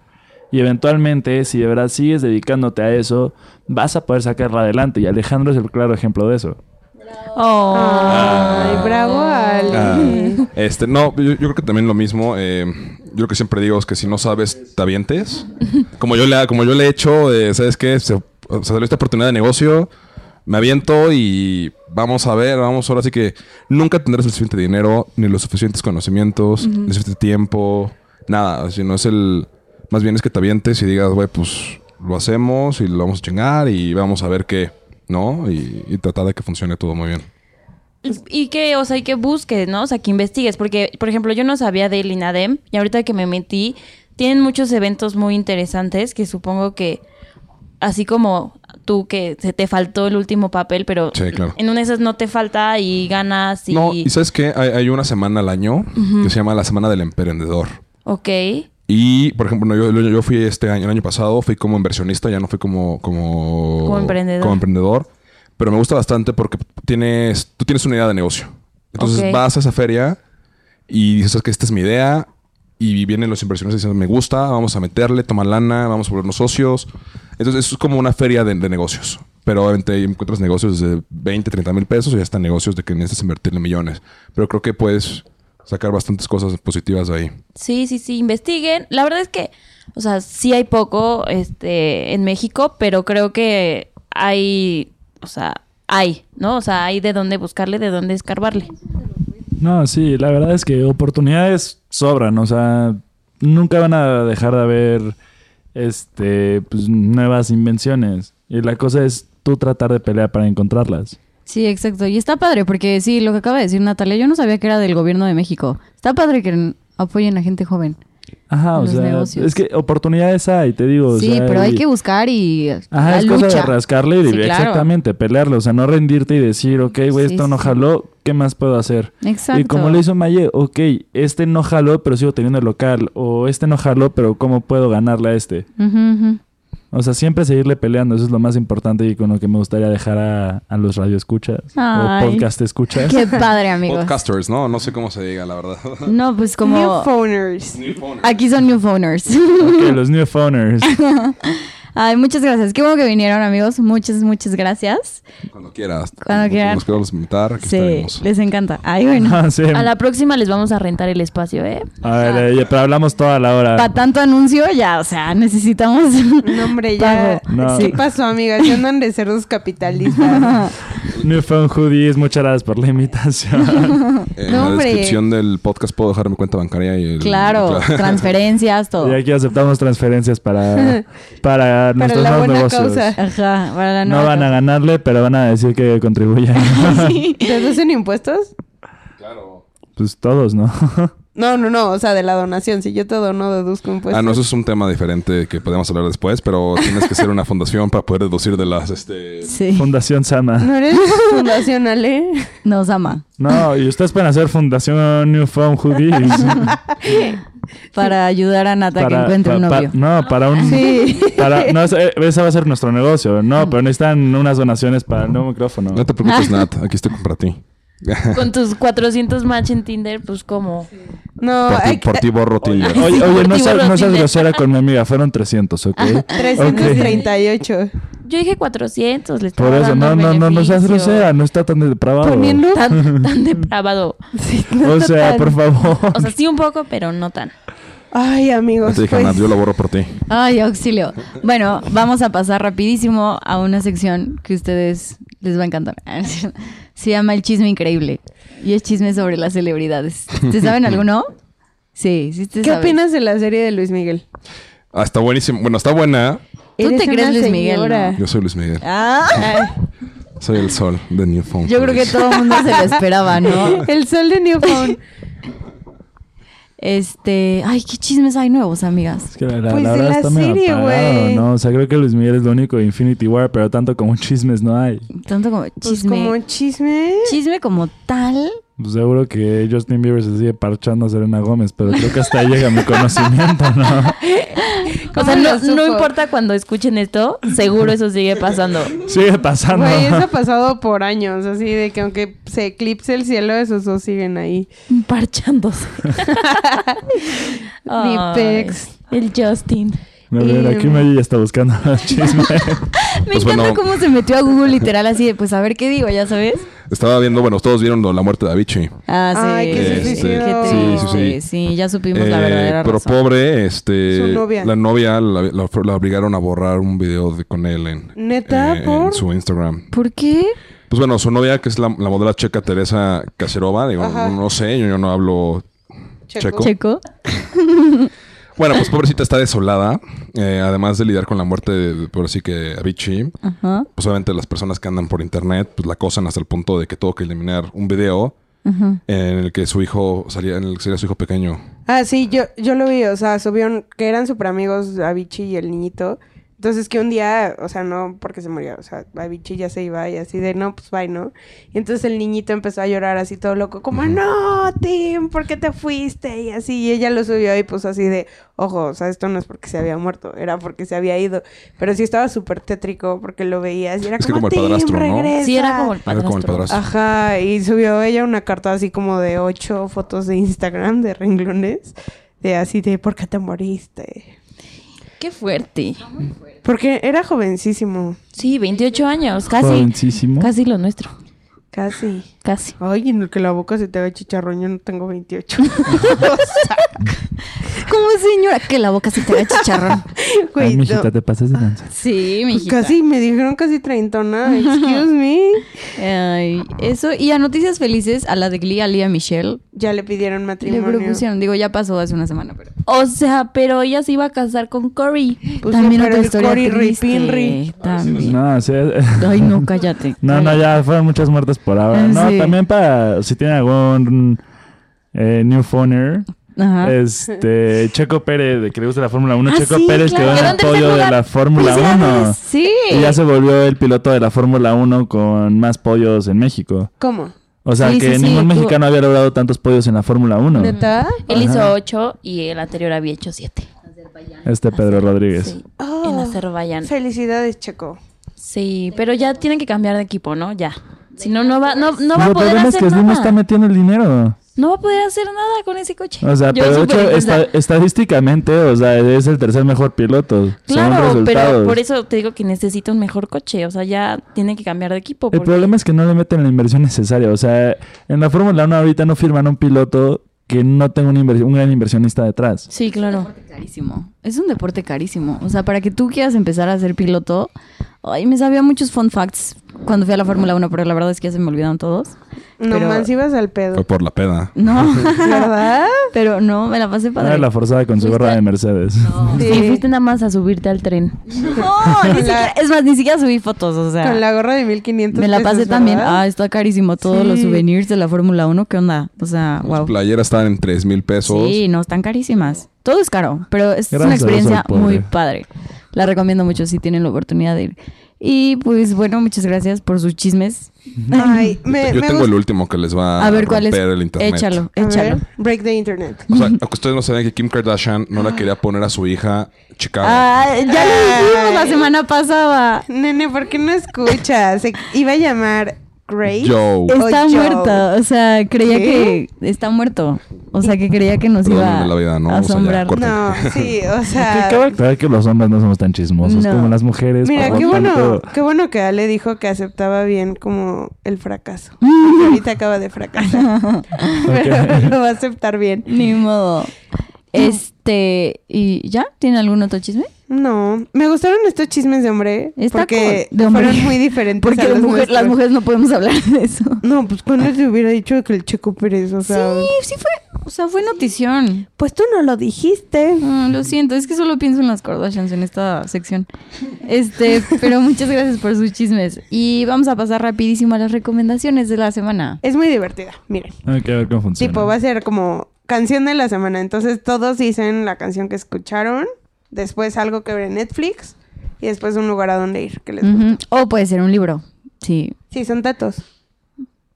Y eventualmente, si de verdad sigues dedicándote a eso, vas a poder sacarla adelante. Y Alejandro es el claro ejemplo de eso. Oh. Ay, bravo Ale. Ah, [laughs] este, no, yo, yo creo que también lo mismo. eh, yo lo que siempre digo es que si no sabes, te avientes. Como yo le, como yo le he hecho, eh, ¿sabes qué? Se, o sea, salió esta oportunidad de negocio, me aviento y vamos a ver, vamos ahora. Así que nunca tendrás el suficiente dinero, ni los suficientes conocimientos, ni el suficiente tiempo, nada. Si no es el. Más bien es que te avientes y digas, güey, pues lo hacemos y lo vamos a chingar y vamos a ver qué, ¿no? Y- y tratar de que funcione todo muy bien. Y que, o sea, y que busques, ¿no? O sea, que investigues. Porque, por ejemplo, yo no sabía del INADEM y ahorita que me metí, tienen muchos eventos muy interesantes que supongo que, así como tú que se te faltó el último papel, pero Sí, claro. en una de esas no te falta y ganas y... No, y sabes qué? Hay, hay una semana al año que se llama la Semana del Emprendedor. Ok. Y, por ejemplo, no, yo, yo- yo fui este año, el año pasado, fui como inversionista, ya no fui como... Como, Como emprendedor. como emprendedor. Pero me gusta bastante porque tienes, tú tienes una idea de negocio. Entonces Ok. vas a esa feria y dices "Es que esta es mi idea. Y vienen los inversionistas diciendo, me gusta, vamos a meterle, toma lana, vamos a volvernos socios. Entonces, eso es como una feria de, de negocios. Pero obviamente encuentras negocios de 20, 30 mil pesos y hasta negocios de que necesitas invertirle millones. Pero creo que puedes sacar bastantes cosas positivas de ahí. Sí, sí, sí, investiguen. La verdad es que, o sea, sí hay poco este, en México, pero creo que hay, o sea, hay, ¿no? O sea, hay de dónde buscarle, de dónde escarbarle. No, sí, la verdad es que oportunidades sobran, o sea, nunca van a dejar de haber este pues, nuevas invenciones. Y la cosa es tú tratar de pelear para encontrarlas. Sí, exacto. Y está padre, porque sí, lo que acaba de decir Natalia, yo no sabía que era del gobierno de México. Está padre que n- apoyen a gente joven. Ajá, o Los sea, negocios. es que oportunidades hay, te digo. o sí, sea, pero hay y- que buscar y Ajá, la es lucha. cosa de rascarle y Sí, de- claro. exactamente, pelearlo, o sea, no rendirte y decir, ok, güey, Sí, esto no sí. jaló, ¿qué más puedo hacer? Exacto. Y como lo hizo Maye, ok, este no jaló, pero sigo teniendo el local, o este no jaló, pero ¿cómo puedo ganarle a este? Ujú, ujú. O sea, siempre seguirle peleando, eso es lo más importante y con lo que me gustaría dejar a, a los radioescuchas Ay. o podcast escuchas. Qué padre, amigos. Podcasters, ¿no? No sé cómo se diga, [laughs] la verdad. No, pues New como... phoners. Aquí son new phoners. Ok, los [laughs] new phoners. Ah, Ay, muchas gracias. Qué bueno que vinieron, amigos. Muchas, muchas gracias. Cuando quieras. Cuando quieran. Nos queramos invitar, aquí Sí, estaremos. les encanta. Ay, bueno. Ah, sí. A la próxima les vamos a rentar el espacio, ¿eh? A ver, eh, pero hablamos toda la hora. Para tanto anuncio, ya, o sea, [laughs] necesitamos... No, hombre, ya. Pago. No. ¿Qué pasó, amigas? Ya andan de cerdos capitalistas. [laughs] New phone hoodies, muchas gracias por [laughs] la invitación. En No, la hombre. descripción del podcast puedo dejar mi cuenta bancaria y el... [laughs] Claro, transferencias, todo. y aquí aceptamos transferencias para, para, Para nuestros la nuevos buena negocios. causa. Ajá, para la No nueva van a casa. ganarle, pero van a decir que [laughs] contribuyen. ¿Deducen impuestos? Claro. pues todos, ¿no? [laughs] No, no, no, o sea, de la donación. Si yo te dono, deduzco impuestos. Ah, no, eso es un tema diferente que podemos hablar después, pero tienes que ser una fundación para poder deducir de las, este... Sí. Fundación Sama. No eres fundacional, ¿eh? Nos ama. No, y ustedes pueden hacer Fundación New Found Hoodies. Para ayudar a Nata que encuentre un pa- pa- novio. no, para un... Sí. Para, no, ese ese va a ser nuestro negocio. No, pero necesitan unas donaciones para el nuevo micrófono. No te preocupes, Ah. Nat. Aquí estoy [laughs] para ti. [laughs] Con tus 400 match en Tinder, pues cómo. No, [laughs] Por ti, hay por ti borro Tinder. Oye, oye, no, Deportivo seas, no seas Rotinde. grosera con mi amiga. Fueron 300, ¿ok? Ah, 338. Yo dije 400, le estaba Por eso, dando no, el no, no, no seas beneficio. grosera. No está tan depravado. Poniendo... [laughs] Tan, tan depravado. Sí, no O está sea, tan- por favor. O sea, sí un poco, pero no tan. Ay, Ya amigos, te dije, pues, Nat, yo lo borro por ti. Ay, auxilio. Bueno, vamos a pasar rapidísimo a una sección que ustedes les va a encantar. [laughs] Se llama El Chisme Increíble. Y es chisme sobre las celebridades. ¿Te [laughs] saben alguno? Sí, sí te ¿Qué sabes. opinas de la serie de Luis Miguel? Ah, está buenísimo. Bueno, está buena. ¿Tú te Eres crees una Luis Miguel, señora. Yo soy Luis Miguel. Ah, Soy el sol de New Phone. yo creo que todo el mundo se lo esperaba, ¿no? El sol de [laughs] Newfound. Este, ay, qué chismes hay nuevos, amigas. Es que la, la Pues de verdad la está medio serie, apagado, güey. ¿no? O sea, creo que Luis Miguel es lo único de Infinity War, pero tanto como chismes no hay. Tanto como Pues chisme. como chisme. Chisme como [laughs] tal. Pues seguro que Justin Bieber se sigue parchando a Selena Gómez, pero creo que hasta ahí llega mi conocimiento, ¿no? O ¿Cómo sea, no, lo supo? no importa cuando escuchen esto, seguro eso sigue pasando. Sigue Ah, pasando. Güey, eso ha pasado por años, así de que aunque se eclipse el cielo, esos dos siguen ahí. Parchándose. Ay, Dipex. El Justin. A ver, aquí Maggie ya está buscando [laughs] chisme. Me Pues encanta bueno. cómo se metió a Google literal así de, pues a ver qué digo, ya sabes. Estaba viendo, bueno, todos vieron lo- la muerte de Avicii. Ah, sí. Ay, que se Este, suicidó. Qué sí, sí, sí. triste. Sí, ya supimos la Eh, verdadera pero razón. pobre, este... Su novia. La novia la, la- la obligaron a borrar un video de- con él en... ¿Neta? eh, en ¿Por? su Instagram. ¿Por qué? Pues bueno, su novia, que es la, la modelo checa Teresa Caserova, digo, Ajá. no sé, yo, yo no hablo checo. ¿Checo? Bueno, pues pobrecita está desolada, eh, además de lidiar con la muerte, de, por así que Avicii, Ajá. pues obviamente las personas que andan por internet, pues la acosan hasta el punto de que tuvo que eliminar un video Ajá. en el que su hijo salía, en el que salía su hijo pequeño. Ah, sí, yo, yo lo vi, o sea, subieron que eran super amigos Avicii y el niñito. Entonces que un día, o sea, no porque se murió, o sea, Avicii ya se iba y así de, no, pues bye, ¿no? Y entonces el niñito empezó a llorar así todo loco, como, no, Tim, ¿por qué te fuiste? Y así, y ella lo subió y pues así de, ojo, o sea, esto no es porque se había muerto, era porque se había ido. Pero sí estaba súper tétrico porque lo veías y era Es que como, como el Tim, padrastro, ¿no? regresa. Sí, era como el Era padrastro. como el Pues padrastro. Ajá, y subió ella una carta así como de ocho fotos de Instagram de renglones, de así de ¿por qué te moriste? Qué fuerte. Porque era jovencísimo, Sí, 28 años, casi. Jovencísimo. Casi lo nuestro. casi. Casi. Ay, en el que la boca se te ve chicharrón, yo no tengo 28. [laughs] O sea, ¿Cómo señora? Que la boca se te va chicharrón. güey, Ay, mijita, no. te pasas de danza. [laughs] sí, mi Casi me dijeron casi treintona, excuse me. Ay, eso. Y a noticias felices, a la de Glee, a Lía Michelle. Ya le pidieron Le matrimonio. propusieron, digo, ya pasó hace una semana, pero. O sea, pero ella se iba a casar con Corey. Pues sí, pero el Cory Ripinri. También. No, sí, eh, Ay, no, cállate. [laughs] No, no, cállate. ya fueron muchas muertes por ahora. Ah, No, sí. también para si tienen algún eh, new phoner. Ajá. Este, Checo Pérez, de que le gusta la Fórmula 1. Ah, Checo sí, Pérez claro. quedó en Quedó el en tercer podio de lugar. la Fórmula Pues 1. Sí. Y ya se volvió el piloto de la Fórmula 1 con más podios en México. ¿Cómo? O sea Sí, que sí, sí, ningún tuvo- mexicano había logrado tantos podios en la Fórmula 1. ¿Neta? Él Ajá. hizo 8 y el anterior había hecho 7. Este Pedro Rodríguez. Sí. Oh. En Azerbaiyán. Felicidades, Checo. Sí, pero ya tienen que cambiar de equipo, ¿no? Ya. Si no, no va, no, no Pues va a el poder problema es hacer que Slim nada. está metiendo el dinero. No va a poder hacer nada con ese coche. O sea, Yo pero de súper hecho, contenta. esta- estadísticamente, o sea, es el tercer mejor piloto. Claro, según pero resultados. por eso te digo que necesita un mejor coche. O sea, ya tiene que cambiar de equipo. El porque- problema es que no le meten la inversión necesaria. O sea, en la Fórmula 1 ahorita no firman un piloto que no tenga un, inver- un gran inversionista detrás. Sí, claro. Carísimo. Es un deporte carísimo. O sea, para que tú quieras empezar a ser piloto, Ay, me sabía muchos fun facts cuando fui a la Fórmula 1, pero la verdad es que ya se me olvidaron todos. No Pero- más ibas al pedo. Fue por la peda. No, ¿Verdad? [laughs] pero no, me la pasé Ah, Era padre. la forzada con su gorra de Mercedes. Sí. Sí, fuiste nada más a subirte al tren. No, [laughs] ni Con la- siquiera- es más, ni siquiera subí fotos, o sea. Con la gorra de 1500 Me la pasé pesos, también. ¿verdad? Ah, está carísimo todos los Sí. souvenirs de la Fórmula 1. ¿Qué onda? O sea, Las wow. playeras estaban en 3 mil pesos. Sí, no, están carísimas. Todo es caro, pero es Gracias a una Dios experiencia soy muy pobre. padre. La recomiendo mucho si tienen la oportunidad de ir. Y pues bueno, muchas gracias por sus chismes. [laughs] Ay, me, Yo me tengo gusta- el último que les va a, A ver cuál es. Ah, romper el internet. Échalo, A ver, échalo. break the internet. O sea, aunque ustedes no saben que Kim Kardashian no la quería poner a su hija Chicago. Ah, ya lo dijimos la Ay. semana pasada. Nene, ¿por qué no escuchas? Se iba a llamar Grace. Joe. Es- Está Ocho. muerto, o sea, creía ¿Qué? que está muerto. O sea, que creía que nos iba Perdónenme la vida, ¿no? a O sea, ya, asombrar. [laughs] [laughs] corta. No, sí, [laughs] o sea. Que cabe aclarar que los hombres no somos tan chismosos No. como las mujeres. Mira, por qué lo bueno, tanto- qué bueno que Ale dijo que aceptaba bien como [laughs] el fracaso. Y ahorita acaba de [laughs] fracasar. Pero [laughs] lo va a aceptar bien. [laughs] Ni modo. Este, ¿y ya? ¿Tiene algún otro chisme? No, me gustaron estos chismes de hombre Está porque cool. De hombre. fueron muy diferentes. [laughs] Porque a de los mujer- nuestros. las mujeres no podemos hablar de eso. No, pues cuando te hubiera dicho que el Checo Pérez, o sea, Sí, sí fue, o sea, fue notición. pues tú no lo dijiste. Mm, lo siento, es que solo pienso en las Kardashians en esta sección. [laughs] Este, pero muchas gracias por sus chismes. Y vamos a pasar rapidísimo a las recomendaciones de la semana. Es muy divertida, miren. Hay que ver cómo funciona. Tipo, va a ser como canción de la semana. Entonces todos dicen la canción que escucharon, después algo que ver en Netflix y después un lugar a donde ir que les guste. Ujú. O puede ser un libro, sí. Sí, son datos.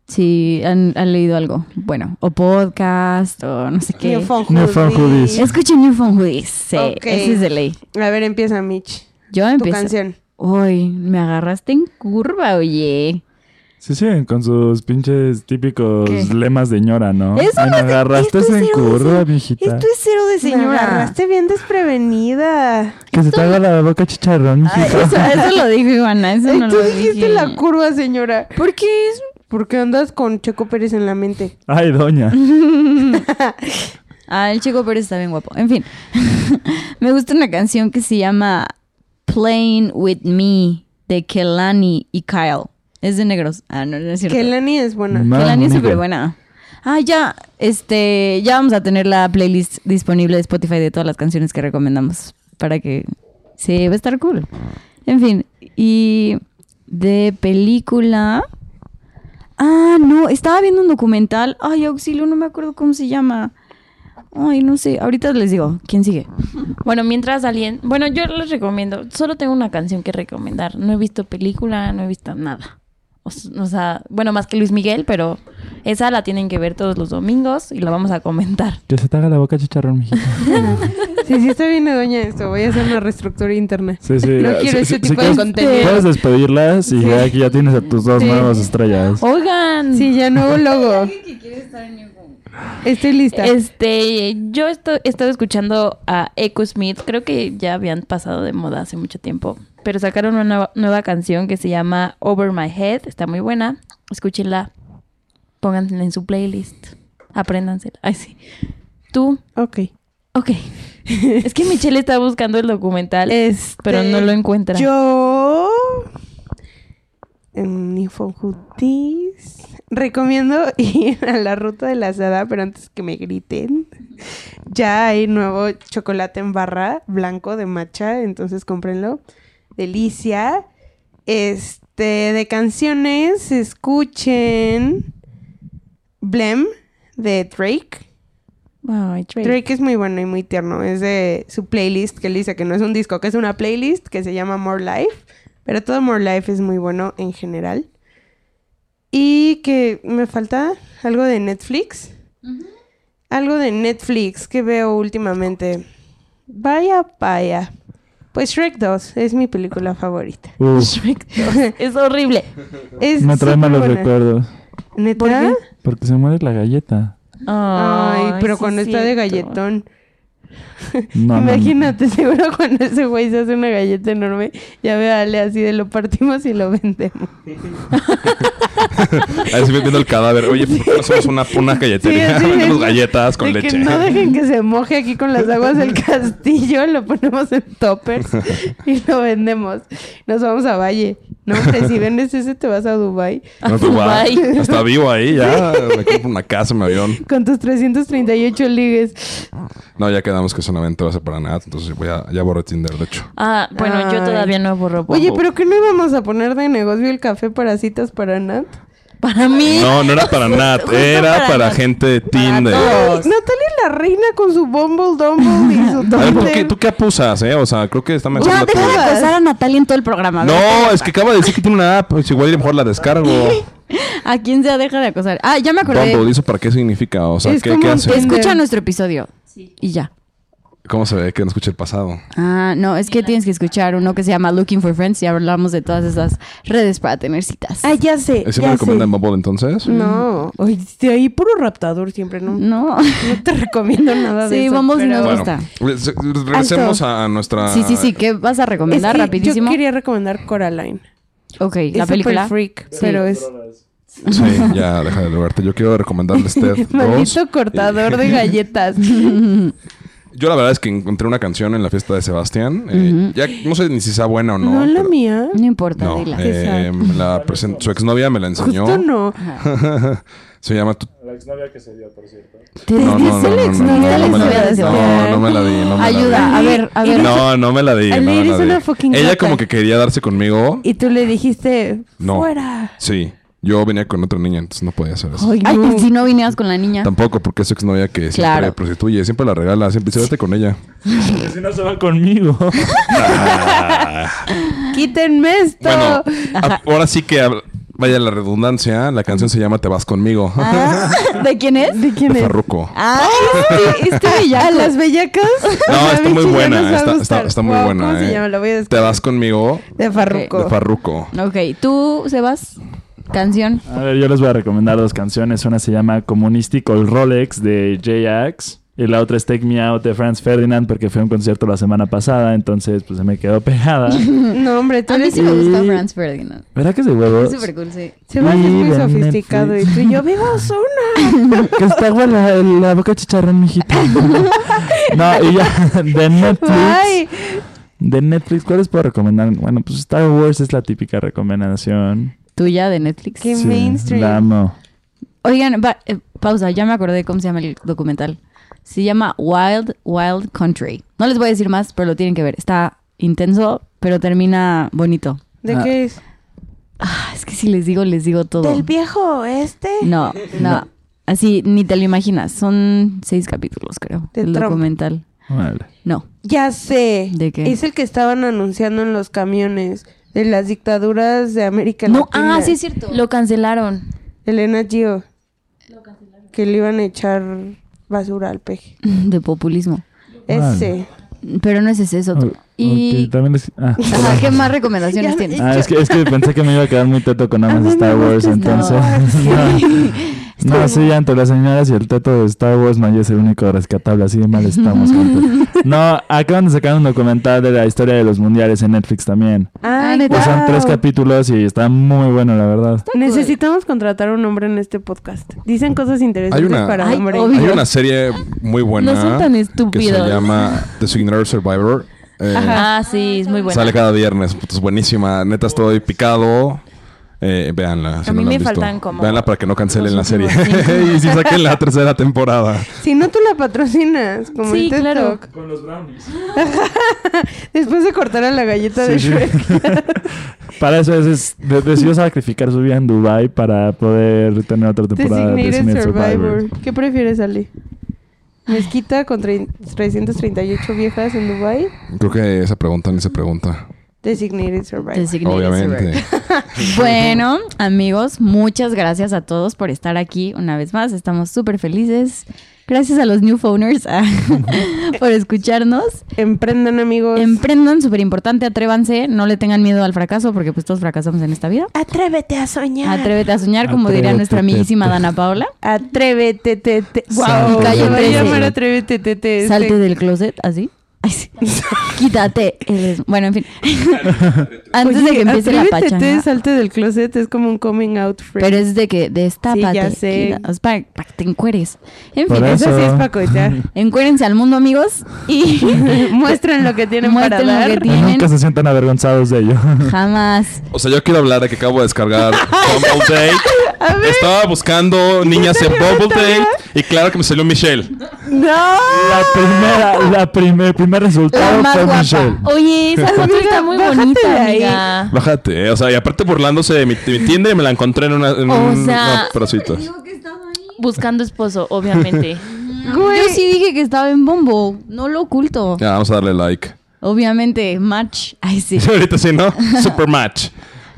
Si han, han leído algo, bueno, o podcast, o no sé qué. New Phone New Phone Hoodies. Hoodies. Escuchen Newfound Hoodies, sí, Ok. ese es de ley. A ver, empieza Mitch. Yo Tu empiezo. canción. Uy, me agarraste en curva, oye. Sí, sí, con sus pinches típicos ¿Qué? lemas de ñora, ¿no? Eso Ay, no me es de- agarraste esto es cero en de curva, cero. mijita. Esto es cero de Me señora. agarraste bien desprevenida. Que se te haga la boca chicharrón, [laughs] Ay, mijita. eso, eso lo dijo Ivana, eso Ay, no tú lo dijiste dije. la curva, señora. Porque es... ¿Por qué andas con Checo Pérez en la mente? [laughs] Ay, doña. Ah, el chico Pérez está bien guapo. En fin, [laughs] me gusta una canción que se llama Playing With Me de Kelani y Kyle. Es de negros. Ah, no, no es cierto. Que Lani es buena. Ma- Kelani es Mamma mia. súper buena. Ah, ya, este, ya vamos a tener la playlist disponible de Spotify de todas las canciones que recomendamos para que se va a estar cool. En fin, y de película. Ah, no, estaba viendo un documental. Ay, auxilio, no me acuerdo cómo se llama. Ay, no sé, ahorita les digo. ¿Quién sigue? [laughs] Bueno, mientras alguien... Bueno, yo les recomiendo. Solo tengo una canción que recomendar. No he visto película, no he visto nada. O, s- o sea, bueno, más que Luis Miguel, pero esa la tienen que ver todos los domingos y la vamos a comentar. Que se te haga la boca chicharrón, mijita. [laughs] Sí, sí está bien doña esto. Voy a hacer una reestructura interna. Sí, sí. No ah, quiero sí, ese sí, tipo de puedes- contenido. Puedes despedirlas y ya aquí ya tienes a tus dos Sí. nuevas [laughs] estrellas. Oigan, Sí, ya nuevo logo. Estoy lista. este, yo esto- he estado escuchando a Echo Smith. Creo que ya habían pasado de moda hace mucho tiempo. Pero sacaron una nueva, nueva canción que se llama Over My Head. Está muy buena. Escúchenla. Pónganla en su playlist. Apréndansela. Ay, sí. Tú, Ok. Ok. [laughs] es que Michelle está buscando el documental, Este, pero no lo encuentra. Yo. En Infojutis. Recomiendo [laughs] ir a la ruta de la seda, pero antes que me griten. Ya hay nuevo chocolate en barra blanco de matcha, entonces cómprenlo. Delicia. Este, de canciones, escuchen. Blem de Drake. Ay, Drake. Drake es muy bueno y muy tierno. Es de su playlist que él dice que no es un disco, que es una playlist que se llama More Life. Pero todo More Life es muy bueno en general. Y que me falta algo de Netflix. Algo de Netflix que veo últimamente. Vaya, vaya. Pues Shrek 2 es mi película favorita. Uf, Shrek dos. es horrible. Es me trae súper malos buena. recuerdos. ¿Neta? ¿Por qué? Porque se muere la galleta. Ay, pero sí cuando es está de cierto. galletón. [laughs] No, no, no. Imagínate, seguro cuando ese güey se hace una galleta enorme, ya ve a Ale así de lo partimos y lo vendemos. [laughs] Ahí se ve viendo el cadáver. Oye, ¿por qué no hacemos una, una galletería? [laughs] Sí, así de- Vendemos galletas con de leche. Que no dejen que se moje aquí con las aguas [laughs] del castillo, lo ponemos en toppers y lo vendemos. Nos vamos a Valle. No, hombre, si vendes ese te vas a Dubai No te va. Bye. Está vivo ahí ya. Me compro una casa, me avión. con tus 338 ligues. No, ya quedamos que solamente va a ser para nada. Entonces voy a, ya borré Tinder, de hecho. Ah, bueno, yo Ay. todavía no borro Oye, Bumble. pero ¿qué no íbamos a poner de negocio el café para citas para Nat? Para mí... No, no era para Nat. Justo Era para para, Nat. gente de Tinder. todos. Ay, Natalia la reina con su Bumble Dumble y su [laughs] A ver, ¿tú qué, Tumblr. tú qué apusas, eh? O sea, creo que está mejor Ya, la deja de tuya. todas. acosar a Natalia en todo el programa. No, es que acaba de decir que tiene una app. Pues igual a lo mejor la descargo. [laughs] ¿A quién se deja de acosar? Ah, ya me acordé. Bumble, ¿eso para qué significa? O sea, Es ¿qué, como qué un hace? test. Escucha nuestro episodio. Y ya. ¿Cómo se ve que no escuché el pasado? Ah, no, es que tienes que escuchar uno que se llama Looking for Friends y hablamos de todas esas redes para tener citas. Ah, ya sé. Mm. ¿Ese ya me recomiendan sé. Bumble entonces? No, Oye, de ahí puro raptador siempre, ¿no? [laughs] No, No. te recomiendo nada de Mm. Sí, eso. Bumble sí pero- nos Bueno, gusta. re- regresemos Alto. a nuestra... Sí, sí, sí. ¿Qué vas a Es recomendar que rapidísimo? Yo quería recomendar Coraline. Ok, Es la super película. freak, Sí. pero es Sí, ya, deja de lograrte. Yo quiero [laughs] recomendarles Ted 2. maldito cortador [laughs] de galletas. Yo la verdad es que encontré una canción en la fiesta de Sebastián. eh, ya no sé ni si sea buena o no. No, la pero- mía. No importa, No, dila. Qué eh, me la presentó, su exnovia me la enseñó. Justo no. [laughs] Se llama... tu- La exnovia que se dio, por cierto. Te- No, no, no, el no, no, no, exnovio no me la- de no, Sebastián. no me la di. no me la di. Ayuda, a ver, a ver. No, no me la di. Ale, no me eres la di. una fucking Ella gata. como que quería darse conmigo. Y tú le dijiste, No. fuera. Sí, yo venía con otra niña, entonces no podía hacer eso. Ay, Ay, no. si no vinieras con la niña. Tampoco, porque es su exnovia que siempre Claro. prostituye, siempre la regala, siempre dice, vete con ella. Si no se va [laughs] conmigo. Quítenme esto. Bueno, a- ahora sí que hab- vaya la redundancia, la canción se llama Te vas conmigo. [laughs] Ah, [laughs] ¿De quién es? ¿De quién de es? Farruko. Ah, este, este [laughs] ¿A bellaco. las bellacas? [laughs] No, A está Michi muy ya buena, nos va a está- está- gustar. está muy Wow, buena, ¿Cómo se eh. llama? Lo voy a Te descubrir. vas conmigo De Farruko. de Farruko. Ok, tú, Sebas, canción. A ver, yo les voy a recomendar dos canciones. Una se llama Communistical Rolex de J-Ax. Y la otra es Take Me Out de Franz Ferdinand porque fue a un concierto la semana pasada, entonces pues se me quedó [laughs] pegada. No, hombre, tú A mí eres... sí me gusta Franz Ferdinand. ¿Verdad que se huevo? Es súper cool, sí. Sebas es muy Vive en sofisticado. Y Netflix. tú y yo, vivo Ozuna. [laughs] Que está agua [laughs] la, la boca de [laughs] chicharrón, mijito. No, y ya, de Netflix. Ay, De Netflix, ¿cuáles puedo recomendar? Bueno, pues Star Wars es la típica recomendación. Tuya de Netflix. Qué mainstream. La amo. Oigan, va- eh, pausa, ya me acordé cómo se llama el documental. Se llama Wild Wild Country. No les voy a decir más, pero lo tienen que ver. Está intenso, pero termina bonito. ¿de Ah. qué es? Ah, es que si les digo, les digo todo. ¿Del viejo este? [laughs] No, no. Así ni te lo imaginas. Son seis capítulos, creo. De el Trump. documental. Vale. No. Ya sé. ¿De qué? Es el que estaban anunciando en los camiones de las dictaduras de América No, Latina. ah, sí es cierto. Lo cancelaron. Elena Gio. Que le iban a echar basura al peje. [laughs] De populismo. Ah, Ese. Pero no ese, ese es otro. Ok, Y. [laughs] también les- ah, Ajá, ¿Qué más recomendaciones Ya- tienes? Ah, es que, es que pensé que me iba a quedar muy teto con nada A más mí me Star gusta Wars, Star entonces. [laughs] [laughs] Wars. no, no, sí, entre las señoras y el teto de Star Wars, no, yo soy el único rescatable, así de mal [laughs] estamos, gente. No, acaban de sacar un documental de la historia de los mundiales en Netflix también. Ah, neta. Que Pues son guau. tres capítulos y está muy bueno, la verdad. Necesitamos contratar un hombre en este podcast. Dicen cosas interesantes Hay una- para Ay, hombres. obvio. Hay una serie muy buena No son tan que se estúpidos. llama Designated Survivor. Eh, Ah, sí, es muy buena. Sale cada viernes, puta, es buenísima. Neta, estoy picado. Eh, véanla. si A no mí la me han visto. faltan como Véanla para que no cancelen la los serie. últimos cinco. [laughs] y si saquen la tercera temporada. Si no, tú la patrocinas. Como Sí, el TED claro. Talk. Con los brownies. [laughs] Después de cortar a la galleta de Sí, sí. Shrek. [laughs] Para eso es, es- de- decidió sacrificar su vida en Dubai para poder tener otra temporada de Designated Designated Survivor. ¿Qué prefieres, Ale? ¿Mezquita con trein- 338 viejas en Dubai? Creo que esa pregunta ni se pregunta. Designated Survivor. Designated Obviamente. Survivor. Bueno, amigos, muchas gracias a todos por estar aquí una vez más. Estamos súper felices. Gracias a los new phoners ah, [laughs] por escucharnos. Emprendan, amigos. Emprendan, súper importante, atrévanse, no le tengan miedo al fracaso porque pues todos fracasamos en esta vida. Atrévete a soñar. Atrévete a soñar, como diría Atrévete, nuestra amiguísima te- Dana Paola. Atrévete, te, te. Salte Wow. Calle Se va a 13. llamar atrévete, te, te. Salte este. [laughs] del closet, así. Ay, sí. Quítate. eres- Bueno, en [laughs] fin. Antes de Este- Oye, que empiece la atrévete, te, pachanga. salte del closet. Es como un coming out free. Pero es de que destápate. Sí, ya sé. y da- es para, para que te encueres. En Por fin, eso. Eso sí es para [laughs] coitear. encuérense al mundo, amigos. Y Muestren lo que tienen para Muestren lo dar. que Y Tienen- nunca se sientan avergonzados de ello. [laughs] jamás. O sea, yo quiero hablar de que acabo de descargar Bumble A Date. ver. Estaba buscando niñas en salió la Bumble tarea? Date y claro que me salió Michelle. ¡No! La primera, la primer, primer La resultado más fue guapa. Oh, Michelle. Oye, esa foto Amiga, está muy bájate de bonita, ahí. amiga. Bájate, eh, o sea, y aparte burlándose de mi, de mi Tinder y me la encontré en una en O un- una sea- pedacito. Buscando esposo, [laughs] obviamente. Güey. Yo sí dije que estaba en bombo. No lo oculto. Ya, vamos a darle like. Obviamente, match. Ay, [laughs] sí. Ahorita [laughs] sí, ¿no? Super match.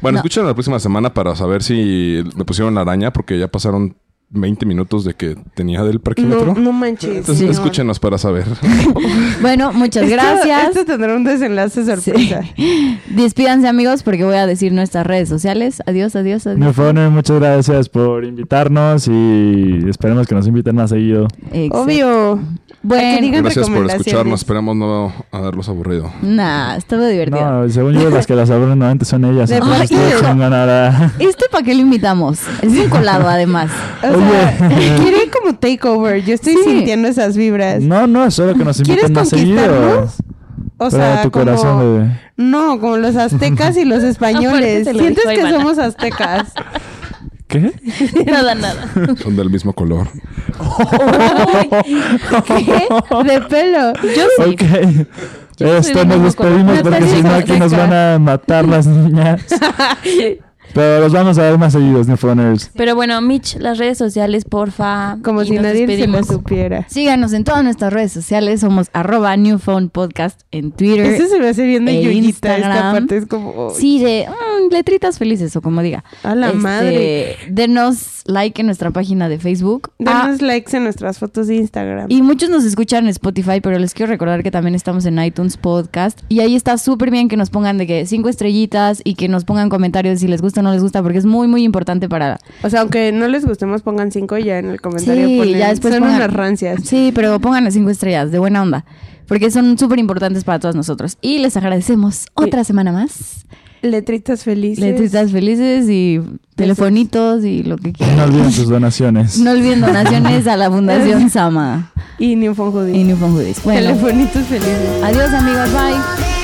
Bueno, No. escuchen la próxima semana para saber si me pusieron la araña porque ya pasaron 20 minutos de que tenía del parquímetro. No, no manches. Entonces, no. escúchenos para saber. Bueno, muchas Esto- gracias. Esto tendrá un desenlace sorpresa. Despídanse, amigos, porque voy a decir nuestras redes sociales. Adiós, adiós, Mi adiós. Foner, muchas gracias por invitarnos y esperemos que nos inviten más seguido. Exacto. Obvio. Bueno. digan Gracias por recomendaciones. escucharnos. Esperamos no haberlos aburrido. Nah, estuvo divertido. No, según yo, las que las abren normalmente son ellas. De entonces más, ustedes hijo. pongan ahora. ¿Este para qué lo invitamos? Es un colado, además. [laughs] O sea, [laughs] quieren como takeover. Yo estoy Sí. sintiendo esas vibras. No, no, es solo que nos ¿Quieres inviten más seguido. conquistarnos? O Pero sea, tu como... corazón, bebé. No, como los aztecas y [laughs] los Aparte españoles. te lo Sientes dijo que Ivana. somos aztecas. ¿Qué? Nada, nada. Son del mismo color. ¿Qué? De pelo. Yo sí. [laughs] Ok. Esto del nos mismo despedimos color. porque Natalia si no es aquí nos van a matar [laughs] las niñas. Pero los vamos a ver más seguidos, Newfoners. Pero bueno, Mitch, las redes sociales, porfa. Como Y si nos nadie despedimos. se lo supiera. Síganos en todas nuestras redes sociales. Somos arroba newphone podcast en Twitter. Eso se me hace bien de e Yuyita. Esta Instagram. parte es como. Sí, de mm, letritas felices o como diga. A la Este, madre. Denos like en nuestra página de Facebook. Ah, Denos likes en nuestras fotos de Instagram. y muchos nos escuchan en Spotify, pero les quiero recordar que también estamos en iTunes Podcast. Y ahí está súper bien que nos pongan de que cinco estrellitas y que nos pongan comentarios si les gusta o no les gusta, porque es muy, muy importante para... O sea, aunque no les gustemos, pongan cinco ya en el comentario. Sí, ponen, ya después Son pongan- unas rancias. Sí, pero pónganle cinco estrellas, de buena onda, porque son súper importantes para todos nosotros. Y les agradecemos otra semana más. Letritas felices. Letritas felices y telefonitos y lo que No quieran. [laughs] olviden sus donaciones. No olviden donaciones a la [laughs] Fundación Sama Y ni un fonjudín. y Newfound Hoodies. Bueno, Telefonitos felices. adiós amigos, bye. Bye.